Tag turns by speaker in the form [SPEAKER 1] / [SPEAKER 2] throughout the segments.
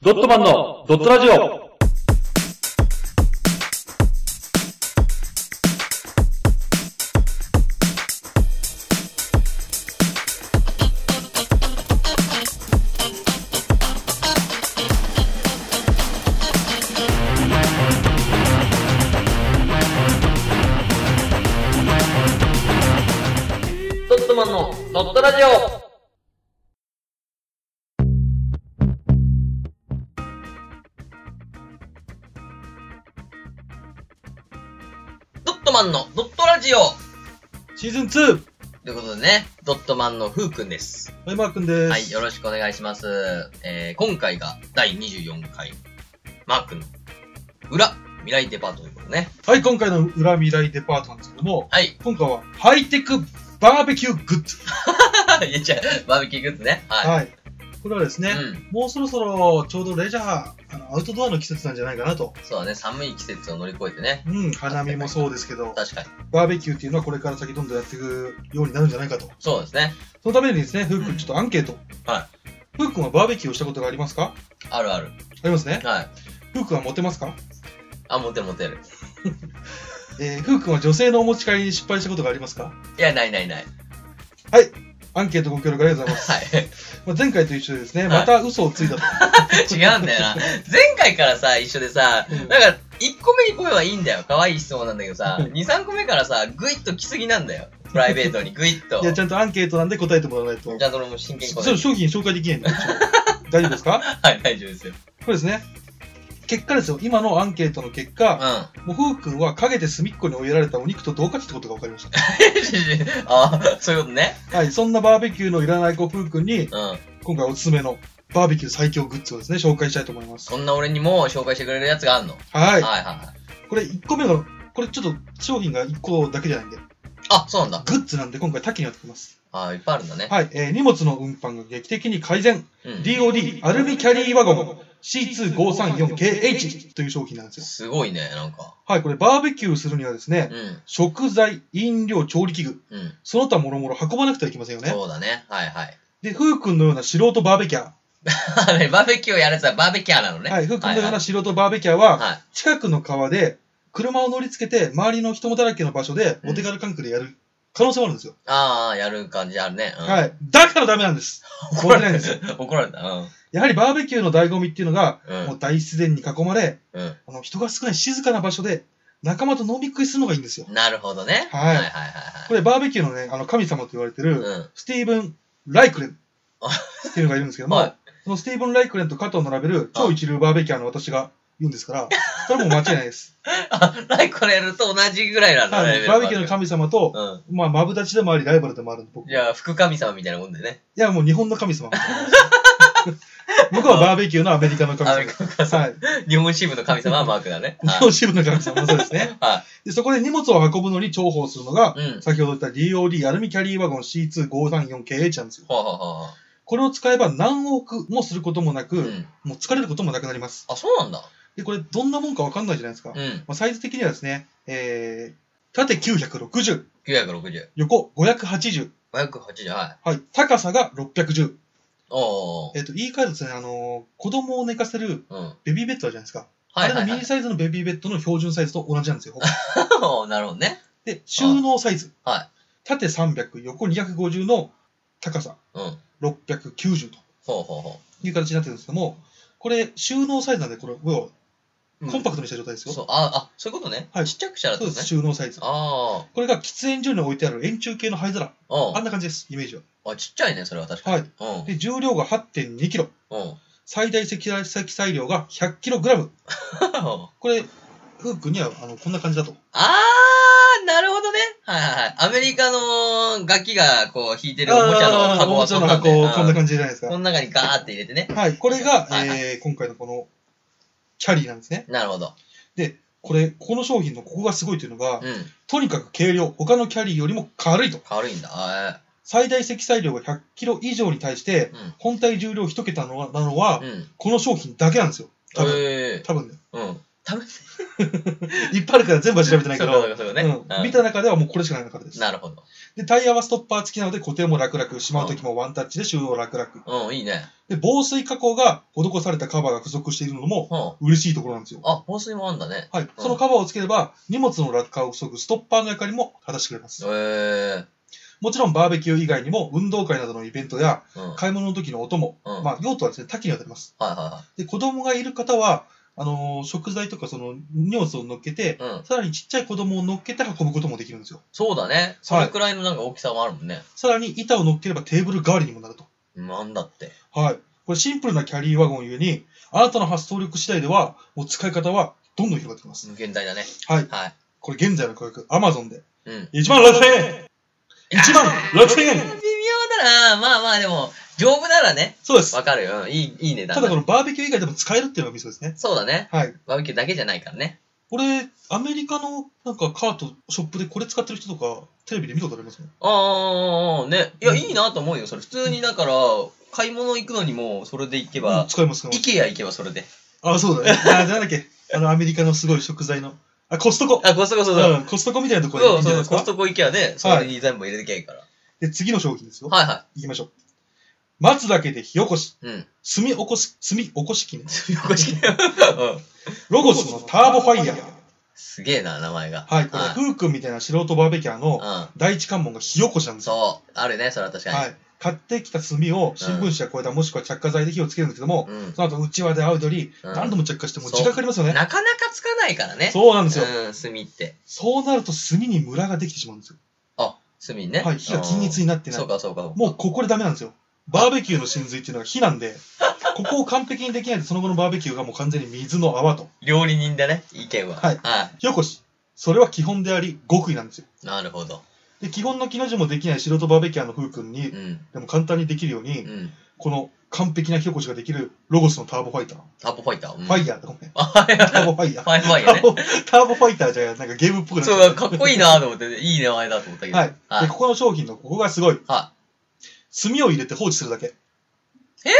[SPEAKER 1] ドットマンのドットラジオ
[SPEAKER 2] ドットマンのドットラジオドットマンのドットラジオ
[SPEAKER 1] シーズン 2!
[SPEAKER 2] ということでね、ドットマンのふうくんです。
[SPEAKER 1] はい、マー君です。
[SPEAKER 2] はい、よろしくお願いします。えー、今回が第24回、マー君の裏未来デパートということね。
[SPEAKER 1] はい、今回の裏未来デパートなんですけども、
[SPEAKER 2] はい。
[SPEAKER 1] 今回はハイテクバーベキューグッズ。
[SPEAKER 2] いや、じゃあ、バーベキューグッズね。はい。
[SPEAKER 1] はい。これはですね、
[SPEAKER 2] うん。
[SPEAKER 1] もうそろそろちょうどレジャー、あのアウトドアの季節なんじゃないかなと。
[SPEAKER 2] そうだね、寒い季節を乗り越えてね。
[SPEAKER 1] うん、花見もそうですけど、
[SPEAKER 2] 確かに。
[SPEAKER 1] バーベキューっていうのはこれから先どんどんやっていくようになるんじゃないかと。
[SPEAKER 2] そうですね。
[SPEAKER 1] そのためにですね、ふうくんちょっとアンケート。。
[SPEAKER 2] はい
[SPEAKER 1] ふうくんはバーベキューをしたことがありますか
[SPEAKER 2] あるある。
[SPEAKER 1] ありますね。
[SPEAKER 2] はい。
[SPEAKER 1] ふうくんはモテますか
[SPEAKER 2] あ、モテるモテる。
[SPEAKER 1] えー、ふうくんは女性のお持ち帰りに失敗したことがありますか
[SPEAKER 2] いや、ないないない。
[SPEAKER 1] アンケートご協力ありがとうございます。
[SPEAKER 2] はい。
[SPEAKER 1] まあ、前回と一緒でですね、
[SPEAKER 2] はい
[SPEAKER 1] また嘘をついたと。
[SPEAKER 2] 違うんだよな。前回からさ、一緒でさ、
[SPEAKER 1] うん
[SPEAKER 2] なんか、1個目、2個目はいいんだよ。可愛い質問なんだけどさ、
[SPEAKER 1] うん
[SPEAKER 2] 2、3個目からさ、ぐいっと来すぎなんだよ。プライベートにぐいっと。
[SPEAKER 1] いや、ち
[SPEAKER 2] ゃ
[SPEAKER 1] ゃんとアンケートなんで答えてもらわないと。
[SPEAKER 2] んと俺も真剣に答
[SPEAKER 1] そ
[SPEAKER 2] え
[SPEAKER 1] う
[SPEAKER 2] て。
[SPEAKER 1] 商品紹介できないんで、一応大丈夫ですか
[SPEAKER 2] はい、大丈夫ですよ。
[SPEAKER 1] これですね。結果ですよ、今のアンケートの結
[SPEAKER 2] うん。
[SPEAKER 1] 果、
[SPEAKER 2] あ
[SPEAKER 1] もうふうくんは陰で隅っこに追いやられたお肉と同価値ってことが分かりまし
[SPEAKER 2] あ、そういうことね。
[SPEAKER 1] た。はい、そんなバーベキューのいらない子ふうくんに、
[SPEAKER 2] うん。
[SPEAKER 1] 今回おすすめのバーベキュー最強グッズをですね、紹介したいと思います。
[SPEAKER 2] そんな俺にも紹介してくれるやつがあんの。
[SPEAKER 1] は
[SPEAKER 2] はいい、。はいはい。
[SPEAKER 1] これ1個目の、これちょっと商品が1個だけじゃないんで、
[SPEAKER 2] あ、そうなんだ。
[SPEAKER 1] グッズなんで今回多岐にわってきます。
[SPEAKER 2] あーいっぱいあるんだね。
[SPEAKER 1] はい、えー荷物の運搬が劇的に改善。
[SPEAKER 2] うん。
[SPEAKER 1] DOD アルミキャリーワゴン C2534KH という商品なんです
[SPEAKER 2] す
[SPEAKER 1] よ。
[SPEAKER 2] ごいね、なんか。
[SPEAKER 1] はい、これバーベキューするにはですね
[SPEAKER 2] う、ん。
[SPEAKER 1] 食材、飲料、調理器具、
[SPEAKER 2] うん。
[SPEAKER 1] その他もろもろ運ばなくてはいけませんよね。
[SPEAKER 2] そうだね。はいはい。
[SPEAKER 1] で、ふうくんのような素人バーベキャ
[SPEAKER 2] あれ、バーベキューやるやつはバーベキャーなのね。
[SPEAKER 1] ー。はい、ふうくんのよう
[SPEAKER 2] は
[SPEAKER 1] ない素人バーベキャーは、
[SPEAKER 2] はい。
[SPEAKER 1] 近くの川で車を乗り付けて、周りの人もだらけの場所で、
[SPEAKER 2] うん
[SPEAKER 1] お手軽感覚でやる可能性もあるんですよ。
[SPEAKER 2] ああ、やる感じあるね。うん、。
[SPEAKER 1] はいい。だからダメなんです。
[SPEAKER 2] 怒ら
[SPEAKER 1] ないん
[SPEAKER 2] れ
[SPEAKER 1] ですよ。
[SPEAKER 2] た。 怒られた。うん。
[SPEAKER 1] やはりバーベキューの醍醐味っていうのが、
[SPEAKER 2] うん
[SPEAKER 1] もう大自然に囲まれ、
[SPEAKER 2] うん。
[SPEAKER 1] あの人が少ない静かな場所で、仲間と飲み食いするのがいいんですよ。
[SPEAKER 2] なるほどね。
[SPEAKER 1] はい
[SPEAKER 2] はいはいはい
[SPEAKER 1] これバーベキューのね、あの神様と言われてる、
[SPEAKER 2] はい。うん。
[SPEAKER 1] スティーブン・ライクレン
[SPEAKER 2] あ
[SPEAKER 1] っていうのがいるんですけども、
[SPEAKER 2] はい
[SPEAKER 1] そのスティーブン・ライクレンと肩を並べる超一流バーベキュアーの私が言うんですから、それはもう間違いない です。
[SPEAKER 2] あ、ライコレルと同じぐらいなんだ
[SPEAKER 1] は
[SPEAKER 2] ね。
[SPEAKER 1] い、バーベキューの神様と、
[SPEAKER 2] う
[SPEAKER 1] まあ、マブダチでもあり、ライバルでもあるんで、
[SPEAKER 2] ん。
[SPEAKER 1] 僕。い
[SPEAKER 2] じゃあ、副神様みたいなもんでね。
[SPEAKER 1] や、もう日本の神様みたいなもんです僕はバーベキューのアメリカの神
[SPEAKER 2] ア
[SPEAKER 1] 様
[SPEAKER 2] メリ
[SPEAKER 1] で
[SPEAKER 2] カの
[SPEAKER 1] す。はい。
[SPEAKER 2] 日本支部の神様はマークだね。
[SPEAKER 1] 日
[SPEAKER 2] はい
[SPEAKER 1] 本支部の神様もそうですね。
[SPEAKER 2] は
[SPEAKER 1] で、そこで荷物を運ぶのに重宝するのが、
[SPEAKER 2] い。うん。
[SPEAKER 1] 先ほど言った DOD アルミキャリーワゴン C2534KH なんですよ。
[SPEAKER 2] ほうほうほうほ
[SPEAKER 1] これを使えば何億もすることもなく、
[SPEAKER 2] う。うん。
[SPEAKER 1] もう疲れることもなくなります。
[SPEAKER 2] あ、そうなんだ。
[SPEAKER 1] で、これどんなもんかわかんないじゃないですか。
[SPEAKER 2] う
[SPEAKER 1] ま
[SPEAKER 2] ん。
[SPEAKER 1] あ、サイズ的にはですね、えー、縦960、
[SPEAKER 2] 960。
[SPEAKER 1] 横580、
[SPEAKER 2] 580。はい。
[SPEAKER 1] はい、高さが610。
[SPEAKER 2] おー。
[SPEAKER 1] えっ、と、言い換えるとですね、あのー子供を寝かせる
[SPEAKER 2] うん。は
[SPEAKER 1] ベビーベッドあるじゃないですか。
[SPEAKER 2] いは
[SPEAKER 1] あ
[SPEAKER 2] い、
[SPEAKER 1] れの
[SPEAKER 2] は
[SPEAKER 1] ミ
[SPEAKER 2] い
[SPEAKER 1] ニ。サイズのベビーベッドの標準サイズと同じなんですよ。
[SPEAKER 2] おー なるほどね。
[SPEAKER 1] で、収納サイズ。
[SPEAKER 2] はい。
[SPEAKER 1] 縦300、横250の高さ
[SPEAKER 2] うん。
[SPEAKER 1] 690と。
[SPEAKER 2] ほうほうほ
[SPEAKER 1] いう形になってるんですけども、これ、収納サイズなんで、これ、要
[SPEAKER 2] う。
[SPEAKER 1] はコンパクトにした状態ですよ。
[SPEAKER 2] そう、あ、あ、そういうことね。
[SPEAKER 1] はい
[SPEAKER 2] ちっちゃくしたらって
[SPEAKER 1] そう
[SPEAKER 2] こ
[SPEAKER 1] で
[SPEAKER 2] と
[SPEAKER 1] す、
[SPEAKER 2] ね。
[SPEAKER 1] 収納サイズ。
[SPEAKER 2] あ
[SPEAKER 1] これが喫煙所に置いてある円柱形の灰皿。
[SPEAKER 2] あ。うん
[SPEAKER 1] あんな感じです、イメージは。
[SPEAKER 2] あ、ちっちゃいね、それは確か
[SPEAKER 1] はい。
[SPEAKER 2] に。うん。
[SPEAKER 1] で、重量が8 2キロ
[SPEAKER 2] うん。
[SPEAKER 1] 最大積載積載量が1 0 0ラム
[SPEAKER 2] あ
[SPEAKER 1] これ、フー君にはあのこんな感じだと。
[SPEAKER 2] ー、なるほどね。はいはいはい。アメリカの楽器がこう弾いてるおもちゃの
[SPEAKER 1] あー
[SPEAKER 2] 箱
[SPEAKER 1] お
[SPEAKER 2] は
[SPEAKER 1] もち
[SPEAKER 2] そ
[SPEAKER 1] ゃ
[SPEAKER 2] ん
[SPEAKER 1] の
[SPEAKER 2] なん
[SPEAKER 1] 箱、
[SPEAKER 2] だよ
[SPEAKER 1] こんな
[SPEAKER 2] うん
[SPEAKER 1] 感じじゃないです
[SPEAKER 2] こ
[SPEAKER 1] か。
[SPEAKER 2] の中にガーって入れてね。
[SPEAKER 1] はい、これが、
[SPEAKER 2] はいは
[SPEAKER 1] えー今回のこのキャリーなんですね。
[SPEAKER 2] なるほど。
[SPEAKER 1] これ、この商品のここがすごいというのが、
[SPEAKER 2] うん。
[SPEAKER 1] とにかく軽量、他のキャリーよりも軽いと。
[SPEAKER 2] 軽いんだ。あ
[SPEAKER 1] 最大積載量が1 0 0キロ以上に対して、
[SPEAKER 2] ーうん。
[SPEAKER 1] 本体重量1桁のはなのは、
[SPEAKER 2] うん。
[SPEAKER 1] この商品だけなんですよ。多分。
[SPEAKER 2] ええ
[SPEAKER 1] 多分ね。
[SPEAKER 2] ー。うん。食べ
[SPEAKER 1] いっぱいあるから全部は調べてないけ
[SPEAKER 2] そう
[SPEAKER 1] ど、
[SPEAKER 2] かそうかそうかね。
[SPEAKER 1] うん、
[SPEAKER 2] うん
[SPEAKER 1] 見た中ではもうこれしかない中です。
[SPEAKER 2] なるほど。
[SPEAKER 1] で、タイヤはストッパー付きなので固定も楽々、しまう時もワンタッチで収納楽々。
[SPEAKER 2] うん、いいね。
[SPEAKER 1] で、防水加工が施されたカバーが付属しているのも
[SPEAKER 2] うん。
[SPEAKER 1] 嬉しいところなんですよ。
[SPEAKER 2] あ、防水もあんだね。
[SPEAKER 1] はい。そのカバーをつければ、荷物の落下を防ぐストッパーの役割も果たしてくれます。
[SPEAKER 2] え
[SPEAKER 1] もちろんバーベキュー以外にも、運動会などのイベントや、
[SPEAKER 2] ー。うん。
[SPEAKER 1] 買い物の時のお供、
[SPEAKER 2] うん。
[SPEAKER 1] まあ、用途はですね、多岐にわたります。
[SPEAKER 2] はいは
[SPEAKER 1] で、子供がいる方は、あのー食材とかその荷物を乗っけて、
[SPEAKER 2] いはい。うん。
[SPEAKER 1] さらにちっちゃい子供を乗っけて運ぶこともできるんですよ。
[SPEAKER 2] そうだね。それくらいのなんか大きさもあるもんね。
[SPEAKER 1] さらに板を乗っければテーブル代わりにもなると。
[SPEAKER 2] なんだって。
[SPEAKER 1] はい。これシンプルなキャリーワゴンゆえに、あなたの発想力次第では、もう使い方はどんどん広がってきます。
[SPEAKER 2] 無限大だね。
[SPEAKER 1] はい。
[SPEAKER 2] はい。
[SPEAKER 1] これ現在の価格、アマゾンで。
[SPEAKER 2] うん。
[SPEAKER 1] 1万6000円 !1 万6000
[SPEAKER 2] 微
[SPEAKER 1] 円
[SPEAKER 2] 妙だな。まあまあでも、丈夫ならね、
[SPEAKER 1] そうです。
[SPEAKER 2] わかるよ。うんいい、いい値
[SPEAKER 1] た
[SPEAKER 2] 段だ
[SPEAKER 1] だこ。のバーベキュー以外でも使えるっていうのがミソですね。
[SPEAKER 2] そうだね。
[SPEAKER 1] はい。
[SPEAKER 2] バーベキューだけじゃないからね。
[SPEAKER 1] これ、アメリカのなんかカート、ショップでこれ使ってる人とか、テレビで見たことありますね。
[SPEAKER 2] ああ、ね。いや、
[SPEAKER 1] うん
[SPEAKER 2] いいなと思うよ。それ普通にだから、買い物行くのにも、それで行け
[SPEAKER 1] うん
[SPEAKER 2] ば、
[SPEAKER 1] 使いますか
[SPEAKER 2] IKEA 行けばそれで。
[SPEAKER 1] あ、そ うだね。あ、なんだっけ。あの、アメリカのすごい食材の。あ、コストコ。
[SPEAKER 2] あ、コストコそうそう。
[SPEAKER 1] うん、コストコみたいなところに
[SPEAKER 2] そう
[SPEAKER 1] いい
[SPEAKER 2] ん
[SPEAKER 1] じゃない
[SPEAKER 2] そ
[SPEAKER 1] で
[SPEAKER 2] う、コ
[SPEAKER 1] す
[SPEAKER 2] ス
[SPEAKER 1] か。
[SPEAKER 2] トコ行けばね、それに全部入れてきゃいいから。
[SPEAKER 1] で、次の商品ですよ。
[SPEAKER 2] はいはい
[SPEAKER 1] きましょう。待つだけで火起こし。
[SPEAKER 2] い。うん。
[SPEAKER 1] 炭起こし、炭起こし機能。
[SPEAKER 2] 横式だよ。うん。
[SPEAKER 1] ロゴスのターボファイヤー。
[SPEAKER 2] すげえな、名前が。
[SPEAKER 1] はい、これ、
[SPEAKER 2] はい
[SPEAKER 1] フー君みたいな素人バーベキャーの
[SPEAKER 2] う
[SPEAKER 1] 第一関門が火起こしなんで
[SPEAKER 2] ん。
[SPEAKER 1] す
[SPEAKER 2] そ
[SPEAKER 1] よ。
[SPEAKER 2] う。あるね、それは確かに。
[SPEAKER 1] はい。買ってきた炭を新聞紙や小枝、もしくは着火剤で火をつけるんだけども、
[SPEAKER 2] うん。
[SPEAKER 1] その後、うちわであうより、
[SPEAKER 2] うん
[SPEAKER 1] 何度も着火しても時間かかりますよね。
[SPEAKER 2] なかなかつかないからね。
[SPEAKER 1] そうなんですよ。
[SPEAKER 2] うん、炭って。
[SPEAKER 1] そうなると炭にムラができてしまうんですよ。
[SPEAKER 2] あ、炭ね。
[SPEAKER 1] はい、火が均一になって
[SPEAKER 2] うん
[SPEAKER 1] ない
[SPEAKER 2] そう。か、そうか。
[SPEAKER 1] もうここでダメなんですよ。バーベキューの真髄っていうのが火なんで、ここを完璧にできないとその後のバーベキューがもう完全に水の泡と。
[SPEAKER 2] 料理人だね、意見は。
[SPEAKER 1] はい火起こし。それは基本であり、極意なんですよ。
[SPEAKER 2] なるほど。
[SPEAKER 1] で、基本の木の字もできない素人バーベキュアーの風君に
[SPEAKER 2] う、ん。
[SPEAKER 1] でも簡単にできるように、
[SPEAKER 2] うん。
[SPEAKER 1] この完璧な火起こしができるロゴスのターボファイター。
[SPEAKER 2] ターボファイター。うん
[SPEAKER 1] ファイヤーだ、ごめん。
[SPEAKER 2] あはい
[SPEAKER 1] ターボファイ ヤー。
[SPEAKER 2] ファイファイ
[SPEAKER 1] タ
[SPEAKER 2] ヤー
[SPEAKER 1] ー
[SPEAKER 2] ね。
[SPEAKER 1] ボターボファイターじゃなんかゲームっぽくなっち
[SPEAKER 2] そ
[SPEAKER 1] ゃ
[SPEAKER 2] う、かっこいいなと思って、いい名前だと思ったけど。
[SPEAKER 1] はい。
[SPEAKER 2] は
[SPEAKER 1] で、
[SPEAKER 2] い
[SPEAKER 1] こ。この商品のここがすごい。
[SPEAKER 2] は
[SPEAKER 1] 炭を入れて放置するだけ。
[SPEAKER 2] え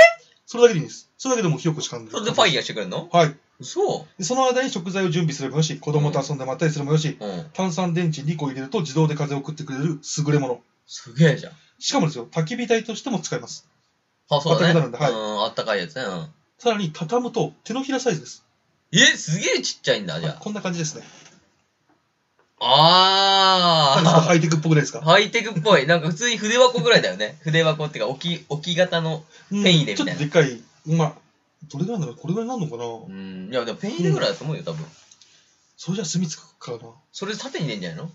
[SPEAKER 1] それだけでいいんです。それだけでもう火起こし完
[SPEAKER 2] い
[SPEAKER 1] 全
[SPEAKER 2] それでファイ
[SPEAKER 1] ヤ
[SPEAKER 2] ヤーしてくれるの
[SPEAKER 1] ー。はい。
[SPEAKER 2] そ
[SPEAKER 1] でその間に食材を準備すればよし、子供と遊んでまったりするもよし、
[SPEAKER 2] ううん。
[SPEAKER 1] 炭酸電池2個入れると自動で風を送ってくれる優れもの。
[SPEAKER 2] すげえじゃん。
[SPEAKER 1] しかもですよ、焚き火台としても使えます。
[SPEAKER 2] あ、そうだね。
[SPEAKER 1] あったかくなるんだはい
[SPEAKER 2] うん、あったかいやつね。うん。
[SPEAKER 1] さらに畳むと手のひらサイズです。
[SPEAKER 2] え、すげえちっちゃいんだ、じゃ
[SPEAKER 1] こんな感じですね。ちょっと
[SPEAKER 2] あ。あ
[SPEAKER 1] ハイテクっぽくないです
[SPEAKER 2] あ。
[SPEAKER 1] か
[SPEAKER 2] ハイテクっぽい。なんか普通に筆箱ぐらいだよね。筆箱っていうか、置き、置き型の。
[SPEAKER 1] う ん
[SPEAKER 2] ペン入れみ
[SPEAKER 1] ち
[SPEAKER 2] たいな
[SPEAKER 1] ょっとでっかい、まあ、どれぐらいなのこれぐらいになるのかな、
[SPEAKER 2] うん。いや、でもペン入れぐらいだと思うよ、多分。
[SPEAKER 1] それじゃ住みつくからな。
[SPEAKER 2] それ縦に入れんじゃないの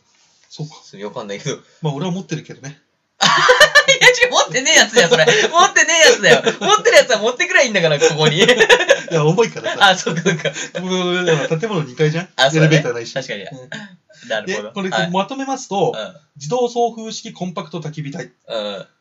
[SPEAKER 1] そうか。
[SPEAKER 2] わかん ないけど。
[SPEAKER 1] まあ、俺は持ってるけ どね。
[SPEAKER 2] いや、違う、持ってねえやつだよ、 それ。持ってねえやつだよ。持ってるやつは持ってくらいいいんだから、ここに。
[SPEAKER 1] いや、重いからさ。
[SPEAKER 2] あ、そっかそっか。
[SPEAKER 1] 僕だから建物2階じゃん
[SPEAKER 2] あ、
[SPEAKER 1] エ
[SPEAKER 2] そう
[SPEAKER 1] レ
[SPEAKER 2] だ
[SPEAKER 1] ベ
[SPEAKER 2] ね。
[SPEAKER 1] ーターない
[SPEAKER 2] 確
[SPEAKER 1] し。
[SPEAKER 2] かに。
[SPEAKER 1] うん
[SPEAKER 2] なる
[SPEAKER 1] で
[SPEAKER 2] ほど。、
[SPEAKER 1] これ
[SPEAKER 2] はい、
[SPEAKER 1] まとめますと、自動送風式コンパクト焚き火台、